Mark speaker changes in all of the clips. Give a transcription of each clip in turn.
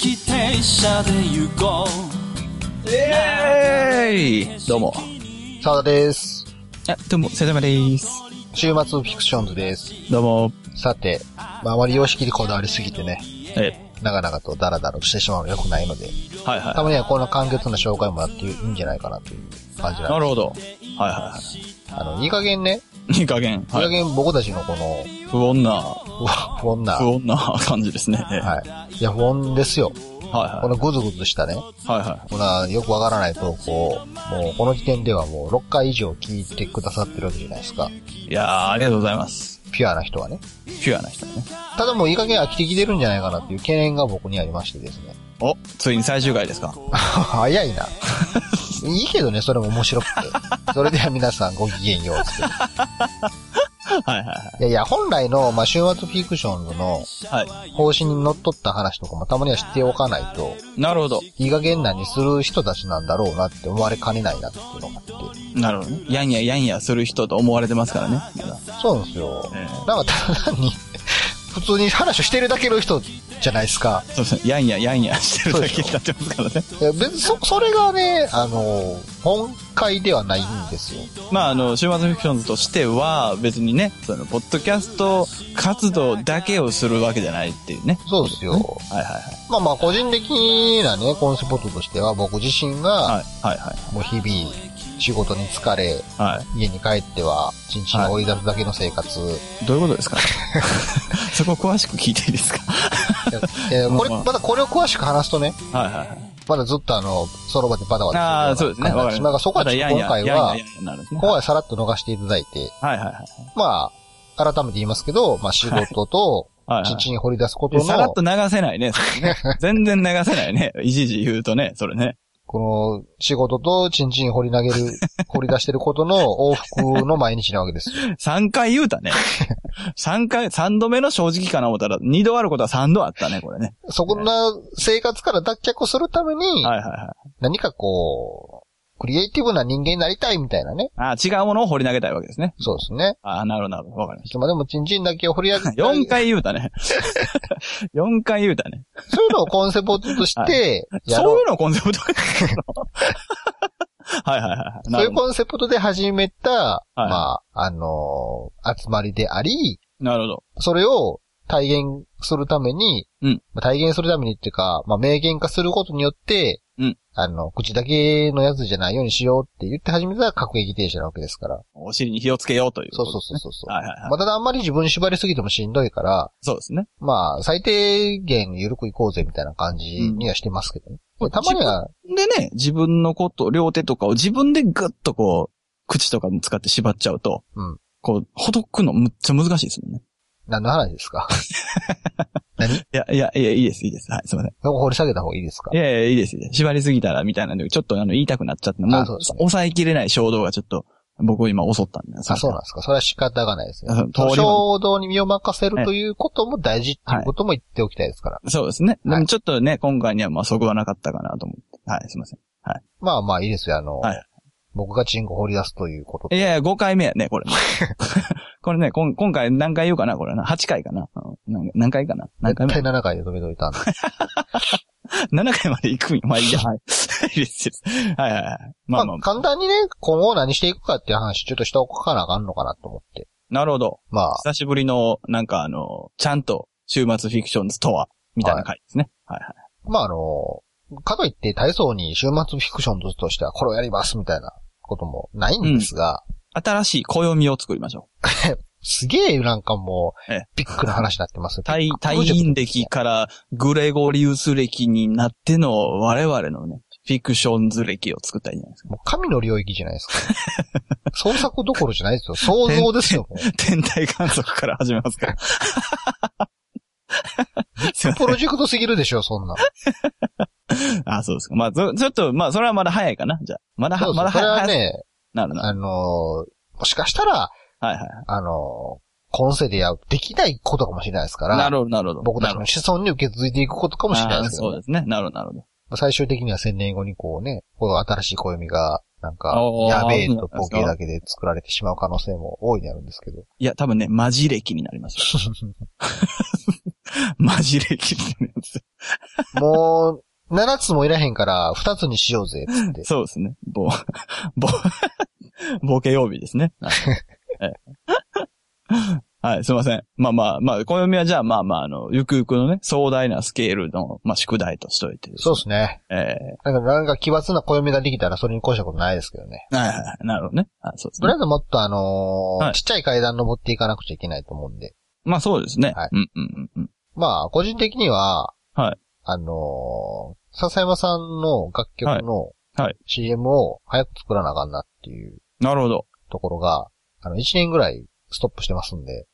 Speaker 1: 列車で行こ
Speaker 2: イェーイどうも。
Speaker 3: 澤田です。
Speaker 4: あ、どうも、さだまです。
Speaker 3: 週末フィクションズです。
Speaker 2: どうも。
Speaker 3: さて、まあ、あまり様式にこだわりすぎてね、
Speaker 2: え、
Speaker 3: 長々とダラダラとしてしまうのは良くないので、
Speaker 2: はいは
Speaker 3: たまにはこの簡潔な紹介もあっていいんじゃないかなという感じ
Speaker 2: い。
Speaker 3: な
Speaker 2: なん
Speaker 3: で
Speaker 2: るほど。はいは
Speaker 3: す。あの、いい加減ね、
Speaker 2: い。いい加減。
Speaker 3: いい
Speaker 2: は
Speaker 3: 加
Speaker 2: い。
Speaker 3: 減僕たちのこの、
Speaker 2: 不穏な、
Speaker 3: うわ不穏な、
Speaker 2: 不穏な感じですね。えはい
Speaker 3: はい。いや、不穏ですよ。こ
Speaker 2: は
Speaker 3: のぐずぐずしたね、
Speaker 2: い。はいは
Speaker 3: このよくわからない投稿を、もうこの時点ではもう6回以上聞いてくださってるわけじゃないですか。
Speaker 2: い。いやー、ありがとうございます。
Speaker 3: ピュアな人はね。
Speaker 2: ピュアな人ね。
Speaker 3: ただもういい加減飽きてきてるんじゃないかなっていう懸念が僕にありましてですね。
Speaker 2: お、ついに最終回ですか
Speaker 3: 早いな。いいけどね、それも面白く て。それでは皆さんごきげんようっつって。
Speaker 2: はいはいはい
Speaker 3: やいや、本来の、まあ、週末フィクションズの
Speaker 2: い。は
Speaker 3: 方針に則っった話とかもたまには知っておかないと、
Speaker 2: い。なるほど。
Speaker 3: いい加減なにする人たちなんだろうなって思われかねないなっていうのがあって。
Speaker 2: なるほどね。やんややんやする人と思われてますからね。
Speaker 3: そうなんですよ。
Speaker 2: え
Speaker 3: なんかただ単に、普通に話をしてるだけの人じゃないですか。
Speaker 2: えそうですね。やんややんやしてるだけになってますからね。
Speaker 3: いや別にそ、それがね、あの、本会ではないんですよ。
Speaker 2: まあ、あの、週末フィクションズとしては、別にね、その、ポッドキャスト活動だけをするわけじゃないっていうね。
Speaker 3: そうですよ。
Speaker 2: はいはいはい。
Speaker 3: まあまあ、個人的なね、コンセプトとしては、僕自身が、
Speaker 2: はいはいはい
Speaker 3: もう日々、仕事に疲れ、
Speaker 2: はい。は
Speaker 3: 家に帰っては、一日に追い出すだけの生活。
Speaker 2: い。どういうことですかそこ詳しく聞いていいですか
Speaker 3: えーこれ、
Speaker 2: まあまあ
Speaker 3: まだこれを詳しく話すとね、
Speaker 2: はいはいはい。
Speaker 3: まだずっとあの、その場でバタバタ
Speaker 2: ああ、
Speaker 3: す
Speaker 2: そう
Speaker 3: る
Speaker 2: で
Speaker 3: よ
Speaker 2: すね。わか
Speaker 3: な感じ
Speaker 2: り
Speaker 3: ま
Speaker 2: ますし
Speaker 3: がそこは
Speaker 2: ただ
Speaker 3: ちょ
Speaker 2: や
Speaker 3: っと
Speaker 2: ん
Speaker 3: 今
Speaker 2: や
Speaker 3: 回
Speaker 2: やん
Speaker 3: は
Speaker 2: ややん、やなるんですね。
Speaker 3: 今回はさらっと逃していただいて、
Speaker 2: はいはいはい。
Speaker 3: まあ、改めて言いますけど、まあ仕事と、
Speaker 2: はい
Speaker 3: 一
Speaker 2: はい
Speaker 3: 日に掘り出すこと
Speaker 2: でさらっ
Speaker 3: の
Speaker 2: と、流せないね、それね全然流せないね。いちいち言うとね、それね。
Speaker 3: この、仕事と、ちんちん掘り投げる、掘り出してることの往復の毎日なわけですよ。
Speaker 2: 3回言うたね。3回、3度目の正直かな思ったら、2度あることは3度あったね、これね。
Speaker 3: そこな生活から脱却するために、
Speaker 2: はいはいはい。
Speaker 3: 何かこう、クリエイティブな人間になりたいみたいなね。
Speaker 2: あ違うものを掘り投げたいわけですね。
Speaker 3: そうですね。
Speaker 2: ああ、なるほど、なるほど。わかりまし
Speaker 3: まあでも、チンチンだけを掘り上げ
Speaker 2: た。
Speaker 3: て、
Speaker 2: 4回言う たね。4回言うたね。
Speaker 3: そういうのをコンセプトとして、や
Speaker 2: そうい
Speaker 3: ろう。
Speaker 2: うのをコンセプト化するの はいはいはい。
Speaker 3: そ
Speaker 2: な
Speaker 3: うい
Speaker 2: る
Speaker 3: う
Speaker 2: ほど。
Speaker 3: コンセプトで始めた、
Speaker 2: はい
Speaker 3: まあ、あのー集まりであり、
Speaker 2: なるほど。
Speaker 3: それを体現するために、
Speaker 2: うん
Speaker 3: まあ体現するためにっていうか、まあ、明言化することによって、
Speaker 2: うん
Speaker 3: あの、口だけのやつじゃないようにしようって言って始めた核撃停車なわけですから。
Speaker 2: お尻に火をつけようという。
Speaker 3: そうそうそうそうそう。
Speaker 2: はいはいはい。
Speaker 3: まあ、ただあんまり自分に縛りすぎてもしんどいから、
Speaker 2: そうですね。
Speaker 3: まあ、最低限緩く行こうぜみたいな感じにはしてますけどね。
Speaker 2: うん
Speaker 3: たまには、
Speaker 2: でね、自分のこと、両手とかを自分でグッとこう、口とかに使って縛っちゃうと、
Speaker 3: うん
Speaker 2: こう、ほどくのむっちゃ難しいですもんね。
Speaker 3: 何の話ですか
Speaker 2: いや、いや、いや、いいです、いいです。はい、すいません。
Speaker 3: そこ掘り下げた方がいいですか
Speaker 2: いやいや、いいです、いいです。縛りすぎたら、みたいなんで、ちょっとあの、言いたくなっちゃって、も
Speaker 3: あそうですね
Speaker 2: 抑えきれない衝動がちょっと、僕を今襲ったんで。
Speaker 3: あそうなんですかそれは仕方がないですね
Speaker 2: あそう。通りも
Speaker 3: 衝動に身を任せるということも大事っていうことも言っておきたいですから。
Speaker 2: そうですね。で
Speaker 3: は
Speaker 2: も
Speaker 3: い
Speaker 2: ちょっとね、今回にはまあそこはなかったかなと思って。はい、すいません。
Speaker 3: まあまあいいですよ、あの、
Speaker 2: はい
Speaker 3: 僕がチンコ掘り出すということ
Speaker 2: い。やいや、5回目やね、こ れね。これね、こん今回何回言うかな、これな。8回かな。うんなん何回かな。何回
Speaker 3: 絶
Speaker 2: 目
Speaker 3: 対7回で止めとい たんで。
Speaker 2: ?7 回まで行くんよ。まあいいや。はい。 いいですいいですはいはいはい。ま
Speaker 3: ま
Speaker 2: あまあ
Speaker 3: あ、、簡単にね、今後何していくかっていう話ちょっとしておかなあかんのかなと思って。
Speaker 2: なるほど。
Speaker 3: まあ、
Speaker 2: 久しぶりの、なんかあの、ちゃんと、週末フィクションズとは、みたいな回ですね。はいはい。
Speaker 3: まああの、かといって体操に週末フィクションズとしてはこれをやりますみたいなこともないんですが、
Speaker 2: 新しい暦を作りましょ
Speaker 3: すげえなんかもう
Speaker 2: ええ、
Speaker 3: ビッグな話になってますよ
Speaker 2: う。。退、
Speaker 3: プ
Speaker 2: 退
Speaker 3: ロジェクト
Speaker 2: 院歴からグレゴリウス歴になっての我々のね、フィクションズ歴を作ったらいいんじゃないですか。
Speaker 3: もう神の領域じゃないですか。創作どころじゃないですよ。想像です よ。もう
Speaker 2: 天体観測から始めますから。 すいませ
Speaker 3: プロジェクトすぎるでしょ、そんな。
Speaker 2: んあ、そうですか。まあ、そちょっと、まあ、それはまだ早いかな。 じゃあ。まだは、
Speaker 3: そう
Speaker 2: ま
Speaker 3: そ
Speaker 2: だ
Speaker 3: うそれ
Speaker 2: 早。
Speaker 3: はい
Speaker 2: 早い
Speaker 3: ね、
Speaker 2: なるな。
Speaker 3: あのー、もしかしたら、
Speaker 2: はいはい。
Speaker 3: あのー、今世でや、できないことかもしれないですから、
Speaker 2: なるほど、なるほど。
Speaker 3: 僕たちの子孫に受け継いでいくことかもしれない
Speaker 2: あ
Speaker 3: で
Speaker 2: ー
Speaker 3: すけ
Speaker 2: そ
Speaker 3: ど
Speaker 2: う
Speaker 3: ね、
Speaker 2: ですね。なるほど、なるほど。
Speaker 3: 最終的には1000年後にこうね、この新しい暦が、なんか
Speaker 2: お、ー
Speaker 3: やべえとボケだけで作られてしまう可能性も大いにあるんですけ ど。
Speaker 2: いや、多分ね、マジ歴になります よ。マジ歴になりますよ。
Speaker 3: もう、 7つもいらへんから、2つにしようぜ、つっ て。
Speaker 2: そうですね。ぼ、ぼ、 ボケ曜日ですね。 はいええ はい、すいません。まあまあ、まあ、暦はじゃあまあまあ、あの、ゆくゆくのね、壮大なスケールの、まあ、宿題としといて。
Speaker 3: そうですね。
Speaker 2: ええ
Speaker 3: なんか、なんか奇抜な暦ができたら、それに越したことないですけどね。
Speaker 2: はいはいはい、なるほどね。はい、そうです
Speaker 3: とりあ
Speaker 2: ね。
Speaker 3: えずもっとあのー
Speaker 2: はい
Speaker 3: ちっちゃい階段登っていかなくちゃいけないと思うんで。
Speaker 2: まあそうですね。
Speaker 3: はい
Speaker 2: うんうんうんうん。
Speaker 3: まあ、個人的には、
Speaker 2: はい
Speaker 3: あのー笹山さんの楽曲の
Speaker 2: はいはい
Speaker 3: CM を早く作らなあかんなっていう
Speaker 2: なるほど。
Speaker 3: ところが、あの、1年ぐらいストップしてますんで。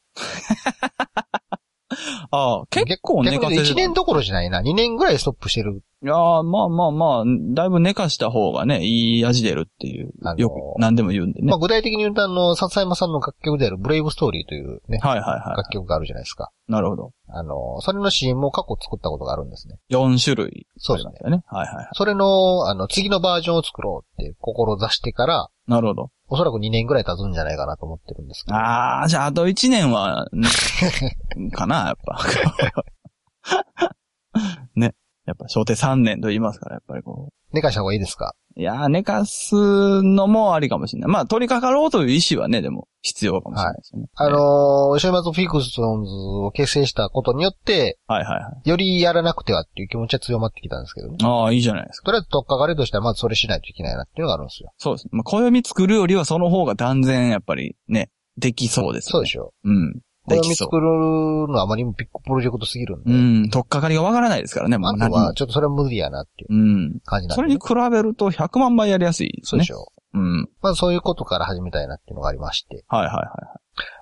Speaker 2: ああ、結構寝かせて
Speaker 3: 1
Speaker 2: た
Speaker 3: 年どころじゃないな、2年ぐらいストップしてる。
Speaker 2: いやーまあまあまあ、だいぶ寝かした方がね、いい味出るっていう、
Speaker 3: あのー
Speaker 2: よく何でも言うんでね。
Speaker 3: まあ、具体的に言うとあの、笹山さんの楽曲であるブレイブストーリーというね、
Speaker 2: はいはいは
Speaker 3: 楽曲があるじゃないですか。
Speaker 2: い。なるほど。
Speaker 3: あのー、それの CM を過去作ったことがあるんですね。
Speaker 2: 4種類
Speaker 3: そう
Speaker 2: あり
Speaker 3: です
Speaker 2: ま
Speaker 3: ね
Speaker 2: し。たよね。はいはいはい。
Speaker 3: それの、あの、次のバージョンを作ろうって志してから、
Speaker 2: なるほど。
Speaker 3: おそらく2年ぐらい経つんじゃないかなと思ってるんですけど。
Speaker 2: あー、じゃああと1年は、 かな、やっぱ。 ね。やっぱ、小手3年と言いますから、やっぱりこう。
Speaker 3: 寝かした方がいいですか
Speaker 2: いやー、寝かすのもありかもしれない。まあ、取り掛かろうという意思はね、でも、必要かもしれないですよね。
Speaker 3: あのー、週末フィクションズを結成したことによって、
Speaker 2: はいはいはい。
Speaker 3: よりやらなくてはっていう気持ちは強まってきたんですけどね。
Speaker 2: ああ、いいじゃないですか。
Speaker 3: とりあえず、とっかかりとしてはまずそれしないといけないなっていうのがあるんですよ。
Speaker 2: そうですね。まあ、暦作るよりはその方が断然、やっぱりね、できそうです、ね。
Speaker 3: そうで
Speaker 2: ょ。
Speaker 3: しょ。
Speaker 2: うん。
Speaker 3: こ
Speaker 2: で
Speaker 3: れを
Speaker 2: き
Speaker 3: 見
Speaker 2: そ
Speaker 3: 作るのはあまりにもビッグプロジェクトすぎるんで
Speaker 2: う。う。ん。取っかかりがわからないですからね、も
Speaker 3: あ
Speaker 2: う
Speaker 3: と
Speaker 2: 何も
Speaker 3: は、ちょっとそれは無理やなっていう
Speaker 2: うん。
Speaker 3: 感じなん
Speaker 2: そ
Speaker 3: で、
Speaker 2: れに比べると100万倍やりやすいです
Speaker 3: そうで
Speaker 2: ね。
Speaker 3: しょ。
Speaker 2: うん。
Speaker 3: まあそういうことから始めたいなっていうのがありまして。
Speaker 2: はいはいは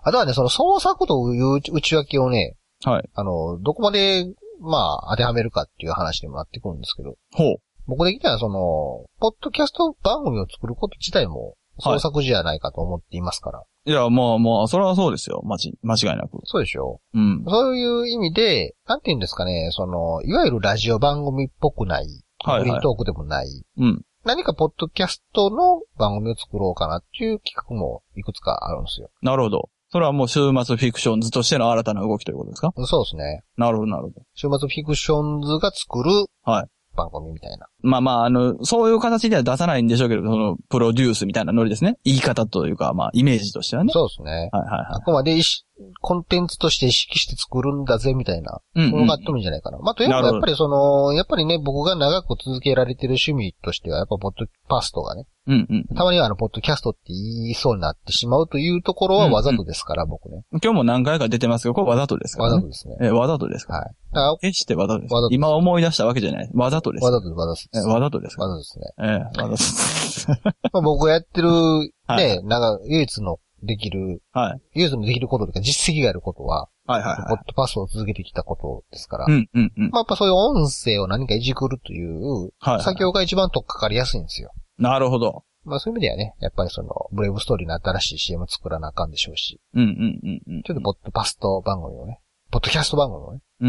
Speaker 3: あとはね、その創作という内訳をね、
Speaker 2: い。はい。
Speaker 3: あの、どこまで、まあ、当てはめるかっていう話にもなってくるんですけど、
Speaker 2: ほう。
Speaker 3: 僕的にはその、ポッドキャスト番組を作ること自体も
Speaker 2: はい
Speaker 3: 創作じゃないかと思っていますから。
Speaker 2: いや、まあまあ、それはそうですよ。間ち間違いなく。
Speaker 3: そうでしょ
Speaker 2: うん。
Speaker 3: そういう意味で、なんて言うんですかね、その、いわゆるラジオ番組っぽくない、
Speaker 2: はいはい
Speaker 3: フリートークでもない、
Speaker 2: うん。
Speaker 3: 何かポッドキャストの番組を作ろうかなっていう企画もいくつかあるんですよ。
Speaker 2: なるほど。それはもう週末フィクションズとしての新たな動きということですか
Speaker 3: そうですね。
Speaker 2: なるほど、なるほど。
Speaker 3: 週末フィクションズが作る
Speaker 2: はい
Speaker 3: 番組みたいな。
Speaker 2: まあまあ、あの、そういう形では出さないんでしょうけど、その、プロデュースみたいなノリですね。言い方というか、まあ、イメージとしてはね。
Speaker 3: そうですね。
Speaker 2: はいはいは
Speaker 3: あくまで意識コンテンツとして意識して作るんだぜ、みたいな、
Speaker 2: い。うん、う
Speaker 3: もの
Speaker 2: ん
Speaker 3: があっ。てもいいんじゃないかな。まあ、というの
Speaker 2: な
Speaker 3: は
Speaker 2: る
Speaker 3: や
Speaker 2: ほど
Speaker 3: っぱりその、やっぱりね、僕が長く続けられてる趣味としては、やっぱ、ポッドパストがね、
Speaker 2: うんうん。
Speaker 3: たまにはあの、ポッドキャストって言いそうになってしまうというところは
Speaker 2: うん
Speaker 3: わざとですから、僕ね。
Speaker 2: 今日も何回か出てますけど、これわざとですか
Speaker 3: わ
Speaker 2: ら、
Speaker 3: ざ
Speaker 2: ね。
Speaker 3: とですね。
Speaker 2: え、わざとですか
Speaker 3: はい。だから
Speaker 2: 決してわざとです
Speaker 3: わざと。です
Speaker 2: 今思い出したわけじゃない。わざとです。
Speaker 3: わざと、わざと
Speaker 2: え
Speaker 3: です。
Speaker 2: わざとですか
Speaker 3: わざとですね。
Speaker 2: ええ、わざとです。
Speaker 3: まあ、僕がやってる、
Speaker 2: は
Speaker 3: ね、なんか、唯一のできる、
Speaker 2: はい。
Speaker 3: 唯一のできることというか、実績があることは、
Speaker 2: はいはい
Speaker 3: ポ
Speaker 2: は
Speaker 3: ッドパストを続けてきたことですから。
Speaker 2: い。うんうんうん。
Speaker 3: まあ、やっぱそういう音声を何かいじくるという、
Speaker 2: はい。
Speaker 3: 作業が一番とっかかりやすいんですよ。
Speaker 2: なるほど。
Speaker 3: まあそういう意味ではね、やっぱりその、ブレイブストーリーの新しい CM 作らなあかんでしょうし、
Speaker 2: うんうんうんうん。
Speaker 3: ちょっとポッドパスト番組をね、ポッドキャスト番組をね、
Speaker 2: うん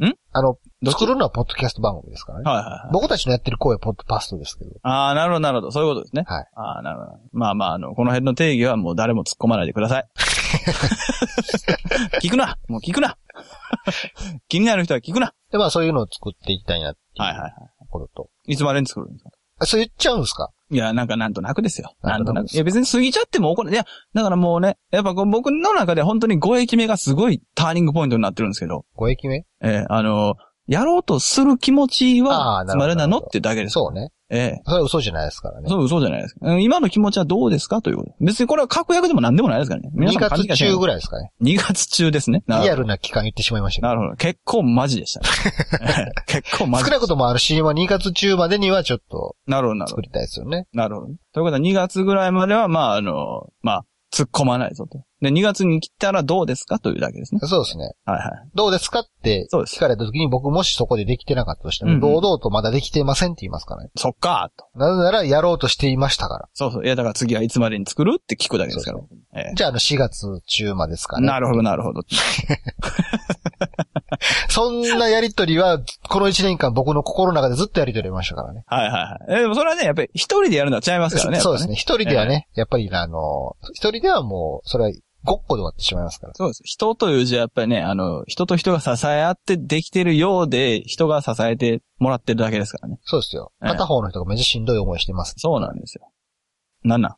Speaker 2: うん。ん
Speaker 3: あの、
Speaker 2: どっち
Speaker 3: 作るのはポッドキャスト番組ですからね。
Speaker 2: はいはいはい。
Speaker 3: 僕たちのやってる声はポッドパストですけど、
Speaker 2: ああ、なるほど、なるほど。そういうことですね。
Speaker 3: はい。
Speaker 2: ああ、なるほど。まあまあ、あの、この辺の定義はもう誰も突っ込まないでください。 聞くなもう聞くな 気になる人は聞くな
Speaker 3: で、まあそういうのを作っていきたいなってい
Speaker 2: はいはいは
Speaker 3: うことと。
Speaker 2: い。いつまでに作るんですか
Speaker 3: あそう言っちゃうんですか
Speaker 2: いや、なんかなんとなくですよ。
Speaker 3: な
Speaker 2: なんん
Speaker 3: と
Speaker 2: と
Speaker 3: な
Speaker 2: な
Speaker 3: く
Speaker 2: く。いや、別に過ぎちゃっても怒らない。いや、だからもうね、やっぱこう僕の中で本当に5駅目がすごいターニングポイントになってるんですけど、
Speaker 3: ご駅目
Speaker 2: えーあのやろうとする気持ち
Speaker 3: あー
Speaker 2: は、い
Speaker 3: な
Speaker 2: つ
Speaker 3: るほ
Speaker 2: ま
Speaker 3: ど
Speaker 2: でなのってだけです。
Speaker 3: そうね。
Speaker 2: ええ
Speaker 3: それは嘘じゃないですからね。
Speaker 2: そう、嘘じゃないですか。うん今の気持ちはどうですかということ。別にこれは確約でも何でもないですからね。皆
Speaker 3: 2
Speaker 2: さん勘違
Speaker 3: 月
Speaker 2: いしない
Speaker 3: 中ぐらいですかね。
Speaker 2: 2月中ですね。な
Speaker 3: リア
Speaker 2: る
Speaker 3: ルな期間言ってしまいましたけ
Speaker 2: なる
Speaker 3: ど。
Speaker 2: ほど。結構マジでした ね。ええ結構マジ
Speaker 3: 少。なくともある CM は2月中までにはちょっと
Speaker 2: なるほど、なるほ
Speaker 3: 作
Speaker 2: ど。
Speaker 3: りたいですよね。
Speaker 2: なるほど。ということは2月ぐらいまでは、まあ、あの、まあ、突っ込まないぞと。で、2月に来たらどうですかというだけですね。
Speaker 3: そうですね。
Speaker 2: はいはい。
Speaker 3: どうですかって
Speaker 2: そうで
Speaker 3: 聞
Speaker 2: す。
Speaker 3: かれた時に僕もしそこでできてなかったとしても、
Speaker 2: うんうん
Speaker 3: 堂々とまだできていませんって言いますからね。
Speaker 2: そっかーと。
Speaker 3: なぜならやろうとしていましたから。
Speaker 2: そうそう。いや、だから次はいつまでに作るって聞くだけですから。ええ
Speaker 3: じゃああの4月中までですかね。
Speaker 2: なるほど、なるほど。
Speaker 3: そんなやりとりは、この1年間僕の心の中でずっとやりとりましたからね。
Speaker 2: はいはいはい。えでもそれはね、やっぱり一人でやるのは違いますからね。
Speaker 3: そうです
Speaker 2: ね。
Speaker 3: ね。一人ではね、やっぱりあの、一人ではもう、それはごっこで終わってしまいますから。
Speaker 2: そうです。人という字はやっぱりね、あの、人と人が支え合ってできてるようで、人が支えてもらってるだけですからね。
Speaker 3: そうですよ。
Speaker 2: ええ
Speaker 3: 片方の人がめっちゃしんどい思いしてます。
Speaker 2: そうなんですよ。なんなん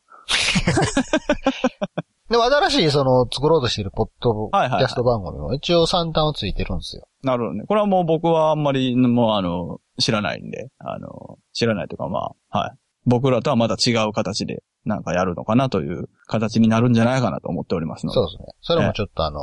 Speaker 3: でも新しいその作ろうとしているポッドキ
Speaker 2: はいはいはい
Speaker 3: ャスト番組も一応三端をついてるんですよ。
Speaker 2: なるほどね。これはもう僕はあんまり、もうあの、知らないんで、あの、知らないというかまあ、はい。僕らとはまた違う形で、なんかやるのかなという形になるんじゃないかなと思っておりますので。
Speaker 3: そうですね。それもちょっとあの、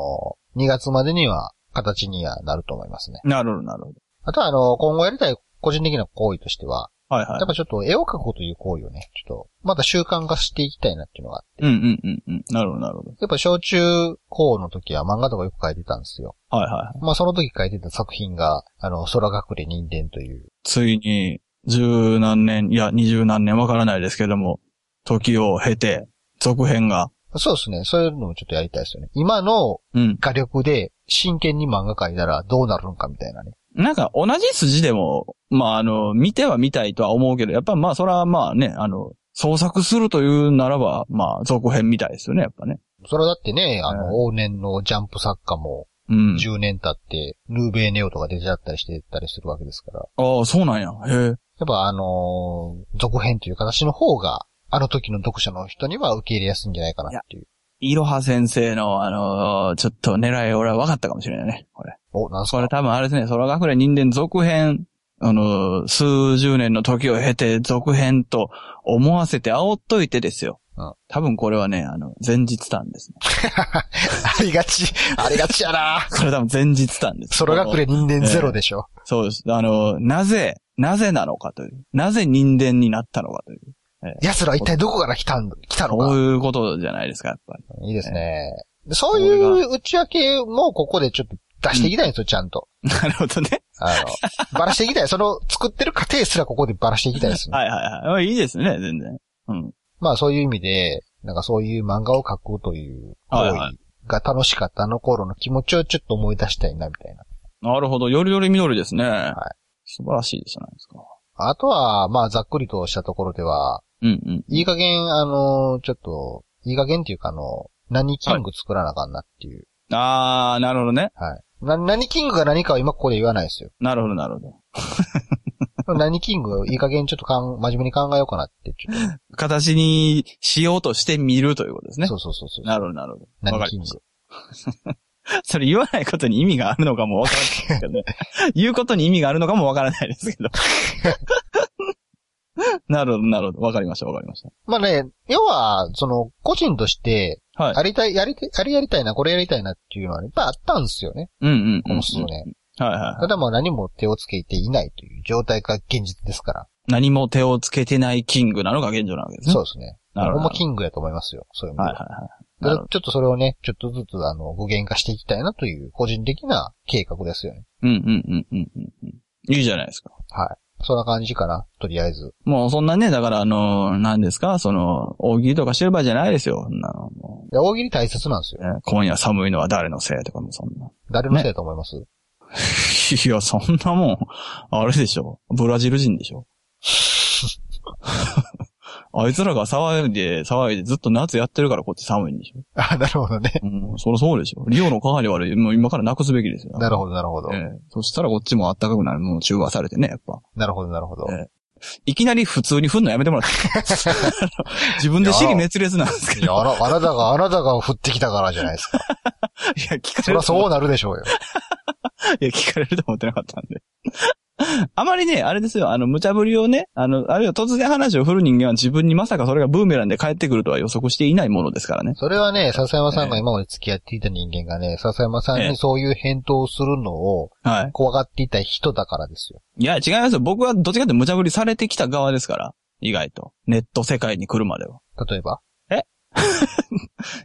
Speaker 3: 2月までには形にはなると思いますね。
Speaker 2: なるほど、なるほど。
Speaker 3: あとはあの、今後やりたい個人的な行為としては、
Speaker 2: はいはい
Speaker 3: やっ。ぱちょっと絵を描くという行為をね、ちょっとまた習慣化していきたいなっていうのがあって。
Speaker 2: うんうんうんうん。なるほど、なるほど。
Speaker 3: やっぱ小中高の時は漫画とかよく描いてたんですよ。
Speaker 2: はいはい。
Speaker 3: まあその時描いてた作品が、あの、空隠れ人間という。
Speaker 2: ついに、十何年、いや、二十何年わからないですけども、時を経て、続編が、
Speaker 3: そうですね。そういうのもちょっとやりたいですよね。今の
Speaker 2: うん。
Speaker 3: 画力で真剣に漫画描いたらどうなるのかみたいなね。
Speaker 2: なんか同じ筋でも、まああの、見ては見たいとは思うけど、やっぱまあそれはまあね、あの、創作するというならば、まあ続編みたいですよね、やっぱね。
Speaker 3: それはだってね、あ
Speaker 2: うん
Speaker 3: の、往年のジャンプ作家も
Speaker 2: うん。
Speaker 3: 10年経って、ヌーベーネオとか出ちゃったりしてたりするわけですから。
Speaker 2: ああ、そうなんや。へえ。
Speaker 3: やっぱあのー続編という形の方が、あの時の読者の人には受け入れやすいんじゃないかなっていう。
Speaker 2: いろは先生の、あのちょっと狙い、俺は分かったかもしれないね、これ。
Speaker 3: お、なんす
Speaker 2: こ
Speaker 3: か
Speaker 2: れ多分あれですね、空隠れ人間続編、あの、数十年の時を経て続編と思わせて煽っといてですよ。
Speaker 3: うん
Speaker 2: 多分これはね、あの、前日短ですね。
Speaker 3: ありがち、ありがちやな
Speaker 2: これ多分前日短です。
Speaker 3: 空隠れ人間ゼロでしょ。
Speaker 2: そうです。あの、なぜ、なぜなのかという。なぜ人間になったのかという。
Speaker 3: 奴ら一体どこから来たん、来たの
Speaker 2: こう
Speaker 3: か。
Speaker 2: いうことじゃないですか、やっぱり。
Speaker 3: いいですね。でそういう内訳もここでちょっと出していきたいんですよ、ちゃんと。
Speaker 2: なるほどね。
Speaker 3: あの、ば らしていきたい。その作ってる過程すらここでばらしていきたいですね。
Speaker 2: はいはいはい。いいですね、全然。うん。
Speaker 3: まあそういう意味で、なんかそういう漫画を描くという行
Speaker 2: はいは
Speaker 3: 為が楽しかったあの頃の気持ちをちょっと思い出したいなみたいな。
Speaker 2: なるほど。よりより緑ですね。
Speaker 3: い
Speaker 2: 素晴らしいじゃないですか。
Speaker 3: あとは、まあざっくりとしたところでは、
Speaker 2: うんうん。
Speaker 3: いい加減、あの、ちょっと、いい加減っていうかあの、何キング作らなあかんなっていう。
Speaker 2: あー、なるほどね。
Speaker 3: はい。な、何キングが何かは今ここで言わない ですよ。
Speaker 2: なるほど、なるほど。
Speaker 3: 何キングをいい加減ちょっとかん、真面目に考えようかなって、ちょっと。
Speaker 2: 形にしようとしてみるということですね。
Speaker 3: そうそうそうそう。
Speaker 2: なるほど、なるほど。わ
Speaker 3: 何
Speaker 2: か
Speaker 3: キ
Speaker 2: り
Speaker 3: ン
Speaker 2: ま
Speaker 3: グ
Speaker 2: し。た。 それ言わないことに意味があるのかもわからないですけ どね。言うことに意味があるのかもわからないですけど。 なるほど、なるほど。わかりました、わかりました。
Speaker 3: まあね、要は、その、個人として、
Speaker 2: はい
Speaker 3: やりたい、やりたい、あれやりたいな、これやりたいなっていうのは、やっぱあったんですよね。
Speaker 2: うんうん、
Speaker 3: こ
Speaker 2: うん。
Speaker 3: の数年。
Speaker 2: はいはいは
Speaker 3: ただもう何も手をつけていないという状態が現実ですから。
Speaker 2: い。何も手をつけてないキングなのが現状なわけですね。。
Speaker 3: そううですね。
Speaker 2: なるほ
Speaker 3: ほんま
Speaker 2: ど。
Speaker 3: キングやと思いますよ。そういう意味
Speaker 2: はい
Speaker 3: で
Speaker 2: はい
Speaker 3: は。
Speaker 2: はい。
Speaker 3: た
Speaker 2: なる
Speaker 3: だちょっとそれをね、ちょっとずつ、あの、具現化していきたいなという、個人的な計画ですよね。
Speaker 2: うんうんうんうんうんうん。いいじゃないですか。
Speaker 3: はい。そんな感じかな、とりあえず。
Speaker 2: もうそんなね、だからあのー、何ですかその、大喜利とかしてる場合じゃないですよ。そんなのもう
Speaker 3: いや、大喜利大切なんですよ。
Speaker 2: ね今夜寒いのは誰のせいとかもそんな。
Speaker 3: 誰のせいだと思います、
Speaker 2: いや、そんなもん、あれでしょ。ブラジル人でしょ。 あいつらが騒いで、騒いでずっと夏やってるからこっち寒いんでしょ。
Speaker 3: あ、なるほどね。
Speaker 2: うん、そりゃそうでしょ。リオの係悪い。もう今からなくすべきですよ。
Speaker 3: なるほど、なるほど
Speaker 2: え。えそしたらこっちも暖かくなる。もう中和されてね、やっぱ。
Speaker 3: なるほど、なるほど
Speaker 2: え。いきなり普通に振んのやめてもらって。 自分で尻滅裂なんですけ
Speaker 3: い
Speaker 2: ど。
Speaker 3: や、 あら、あなたが、あなたが降ってきたからじゃないです か。
Speaker 2: いや、聞か
Speaker 3: そ
Speaker 2: れ
Speaker 3: り
Speaker 2: る
Speaker 3: ゃ
Speaker 2: と思っ
Speaker 3: そうなるでしょうよ。
Speaker 2: いや、聞かれると思ってなかったんで。 あまりね、あれですよ、あの、無茶ぶりをね、あの、あるいは突然話を振る人間は自分にまさかそれがブーメランで帰ってくるとは予測していないものですからね。
Speaker 3: それはね、笹山さんが今まで付き合っていた人間がね、笹山さん
Speaker 2: え
Speaker 3: に
Speaker 2: え
Speaker 3: そういう返答をするのを
Speaker 2: は
Speaker 3: 怖がっていた人だからですよ。
Speaker 2: い。いや、違いますよ。僕はどっちかって無茶ぶりされてきた側ですから。意外と。ネット世界に来るまでは。
Speaker 3: 例えば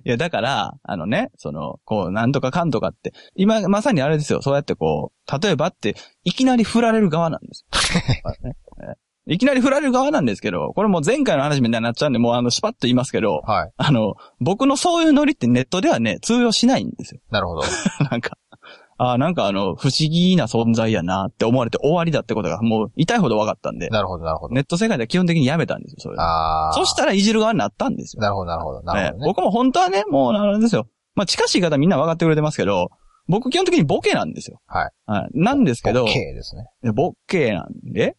Speaker 2: いや、だから、あのね、その、こう、なんとかかんとかって、今、まさにあれですよ。そうやってこう、例えばって、いきなり振られる側なんですよねいきなり振られる側なんですけど、これもう前回の話みたいになっちゃうんで、もうあの、スパッと言いますけど、
Speaker 3: はい。
Speaker 2: あの、僕のそういうノリってネットではね、通用しないんですよ。
Speaker 3: なるほど。
Speaker 2: なんか、あーなんかあの、不思議な存在やなって思われて終わりだってことがもう痛いほど分かったんで、
Speaker 3: なるほど、なるほど。
Speaker 2: ネット世界では基本的にやめたんですよ、それ。
Speaker 3: あー。
Speaker 2: そしたらいじる側になったんですよ。
Speaker 3: なるほど、なるほど。なるほど
Speaker 2: ええ
Speaker 3: ね。
Speaker 2: 僕も本当はね、もう、あれですよ。まあ、近しい方みんな分かってくれてますけど、僕基本的にボケなんですよ。
Speaker 3: はい。
Speaker 2: はい。なんですけど、
Speaker 3: OK ですね。
Speaker 2: いやボケなん で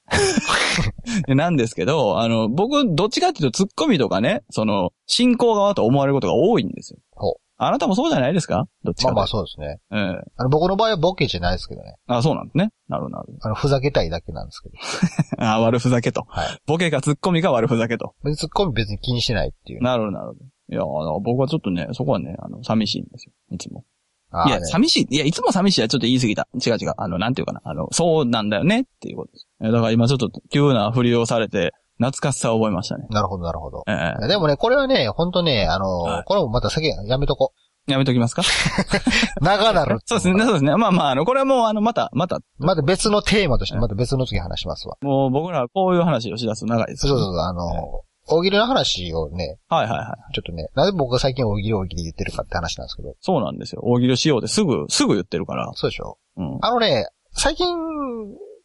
Speaker 2: いやなんですけど、あの、僕、どっちかっていうとツッコミとかね、その、進行側と思われることが多いんですよ。
Speaker 3: ほう
Speaker 2: あなたもそうじゃないですかどっち
Speaker 3: ま
Speaker 2: か
Speaker 3: あ
Speaker 2: と
Speaker 3: まあそうですね。
Speaker 2: ええ
Speaker 3: あの、僕の場合はボケじゃないですけどね。
Speaker 2: あ、そうなんですね。なるほどなるほど。
Speaker 3: あの、ふざけたいだけなんですけど。
Speaker 2: あ、悪ふざけと。
Speaker 3: はい
Speaker 2: ボケかツッコミか悪ふざけと。
Speaker 3: 別にツッコミ別に気にしてないっていう。
Speaker 2: なるほどなるほど。いや、あの僕はちょっとね、そこはね、あの、寂しいんですよ。いつも。
Speaker 3: あ
Speaker 2: い
Speaker 3: あ
Speaker 2: や、
Speaker 3: ね、
Speaker 2: 寂しい。いや、いつも寂しいはちょっと言い過ぎた。違う違う。あの、なんていうかな。あの、そうなんだよねっていうことです。えだから今ちょっと急な振りをされて、懐かしさを覚えましたね。
Speaker 3: なるほど、なるほど。
Speaker 2: え
Speaker 3: いやでもね、これはね、ほんとね、あの、
Speaker 2: はい
Speaker 3: これもまた先、やめとこ
Speaker 2: えやめときますか
Speaker 3: う。長なる。
Speaker 2: そうですね、そうですね。まあまあ、あの、これはもう、あの、また、また、
Speaker 3: また別のテーマとして、また別の次話しますわ。
Speaker 2: もう僕らはこういう話をし出すと長いです
Speaker 3: そう
Speaker 2: よ
Speaker 3: そ
Speaker 2: ね、
Speaker 3: うそう、あの、大喜利の話をね、
Speaker 2: はいはいはい。
Speaker 3: ちょっとね、なぜ僕が最近大喜利大喜利言ってるかって話なんですけど。
Speaker 2: そうなんですよ。大喜利しようですぐ、すぐ言ってるから。
Speaker 3: そうでしょ
Speaker 2: うん。
Speaker 3: あのね、最近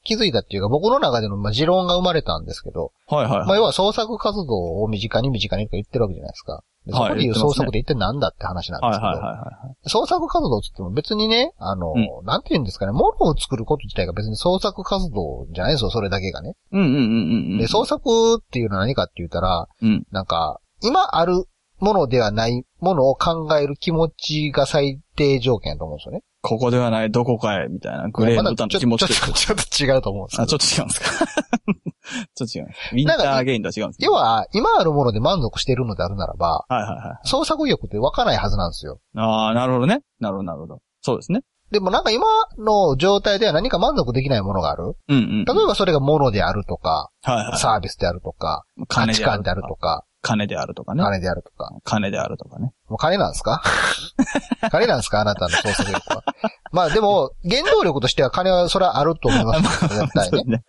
Speaker 3: 気づいたっていうか、僕の中での、まあ、持論が生まれたんですけど、
Speaker 2: はいはい、
Speaker 3: まあ、
Speaker 2: はい。
Speaker 3: 要は創作活動を身近に身近にとか言ってるわけじゃないですか。でそ
Speaker 2: はい
Speaker 3: こで
Speaker 2: 言
Speaker 3: 言う
Speaker 2: ってま
Speaker 3: 創
Speaker 2: すね
Speaker 3: 作って一体何だって話なんで
Speaker 2: はい
Speaker 3: すけ
Speaker 2: はい
Speaker 3: ど、
Speaker 2: はいはい。
Speaker 3: 創作活動って言っても別にね、あの、
Speaker 2: う
Speaker 3: なんて言うんですかね、物を作ること自体が別に創作活動じゃないですよ、それだけがね。
Speaker 2: うんうんうんうんうん。
Speaker 3: で、創作っていうのは何かって言ったら、
Speaker 2: うん
Speaker 3: なんか、今あるものではないものを考える気持ちが最低条件だと思うんですよね。
Speaker 2: ここではない、どこかへ、みたいな、グレーの歌の気持ち
Speaker 3: まだ
Speaker 2: と
Speaker 3: ちょちょっとちょっと違うと思うんですけ
Speaker 2: あ、
Speaker 3: ど。
Speaker 2: ちょっと違うんですか ちょっと違う。ウィンターゲインとは違うんですね
Speaker 3: 要は、今あるもので満足しているのであるならば、
Speaker 2: はいはいはい。
Speaker 3: 創作意欲って湧かないはずなんですよ。
Speaker 2: ああ、なるほどね。なるほど、なるほど。そうですね。
Speaker 3: でもなんか今の状態では何か満足できないものがある。
Speaker 2: うんうん。
Speaker 3: 例えばそれが物であるとか、
Speaker 2: はいはい。
Speaker 3: サービスであるとか、価
Speaker 2: 金
Speaker 3: 値
Speaker 2: であ
Speaker 3: 観
Speaker 2: る
Speaker 3: である
Speaker 2: とか。
Speaker 3: とか、
Speaker 2: 金であるとかね。
Speaker 3: 金であるとか。
Speaker 2: 金であるとかね。
Speaker 3: もう金なんですか 金なんですかあなたの創作力は。 まあでも、原動力としては金はそれはあると思います よ。絶対
Speaker 2: そう
Speaker 3: ね。
Speaker 2: ね。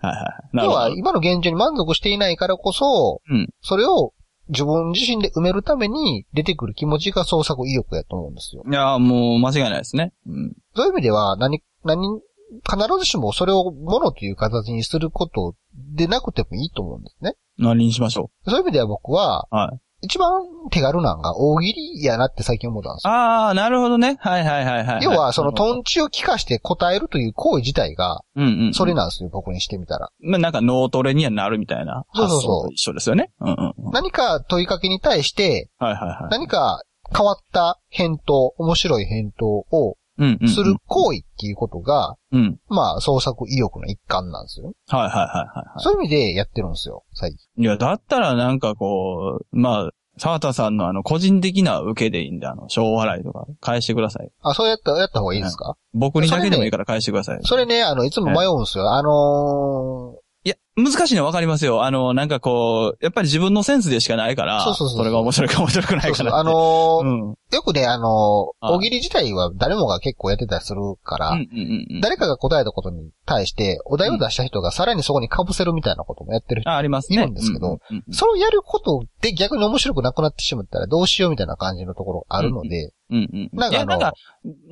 Speaker 2: はいはい。なる
Speaker 3: 要
Speaker 2: ほ
Speaker 3: は
Speaker 2: ど。
Speaker 3: 今の現状に満足していないからこそ、
Speaker 2: うん
Speaker 3: それを自分自身で埋めるために出てくる気持ちが創作意欲やと思うんですよ。
Speaker 2: いやー、もう間違いないですね。うん。
Speaker 3: そういう意味では、何、何、必ずしもそれを物という形にすることでなくてもいいと思うんですね。
Speaker 2: 何にしましょ
Speaker 3: そういう意味では僕は、
Speaker 2: う。はい。
Speaker 3: 一番手軽なんが大喜利やなって最近思ったんですよ。
Speaker 2: ああ、なるほどね。はいはいはいはい。
Speaker 3: 要は、その
Speaker 2: なるほど
Speaker 3: トンチを聞かして答えるという行為自体が、
Speaker 2: うんうん。
Speaker 3: それなんですよ、僕にしてみたら。
Speaker 2: まあ、なんか脳トレにはなるみたいな
Speaker 3: そう
Speaker 2: 発
Speaker 3: そ
Speaker 2: 想
Speaker 3: うそう
Speaker 2: と一緒ですよね。うんうんうん。
Speaker 3: 何か問いかけに対して、
Speaker 2: はいはいはい。
Speaker 3: 何か変わった返答、面白い返答を
Speaker 2: うんうんうん。
Speaker 3: する行為っていうことが、
Speaker 2: うん。
Speaker 3: まあ、創作意欲の一環なんですよね。
Speaker 2: はいはいはいはい。
Speaker 3: そういう意味でやってるんですよ、最近。
Speaker 2: いや、だったらなんかこう、まあ、沢田さんのあの、個人的な受けでいいんで、あの、小笑いとか返してください。
Speaker 3: あ、そうやった、やった方がいいですか
Speaker 2: 僕にだけでもいいから返してください。
Speaker 3: それね、あの、いつも迷うんですよ。あの
Speaker 2: いや、難しいのはわかりますよ。あの、なんかこう、やっぱり自分のセンスでしかないから、
Speaker 3: そうそうそうそう
Speaker 2: れが面白いか面白く
Speaker 3: ー、
Speaker 2: な
Speaker 3: そ
Speaker 2: いうか
Speaker 3: そう
Speaker 2: ら。
Speaker 3: あのー
Speaker 2: うん。
Speaker 3: よくね、あの、
Speaker 2: はい
Speaker 3: 大喜利自体は誰もが結構やってたりするから、
Speaker 2: うんうんうん。
Speaker 3: 誰かが答えたことに対して、お題を出した人がさらにそこに被せるみたいなこともやってる人。
Speaker 2: あ、ありますね。
Speaker 3: いるんですけど
Speaker 2: うんうんうん、
Speaker 3: それをやることで逆に面白くなくなってしまったらどうしようみたいな感じのところがあるので、
Speaker 2: うんうんうん。
Speaker 3: なんか
Speaker 2: い
Speaker 3: あ
Speaker 2: や、
Speaker 3: の
Speaker 2: なんか、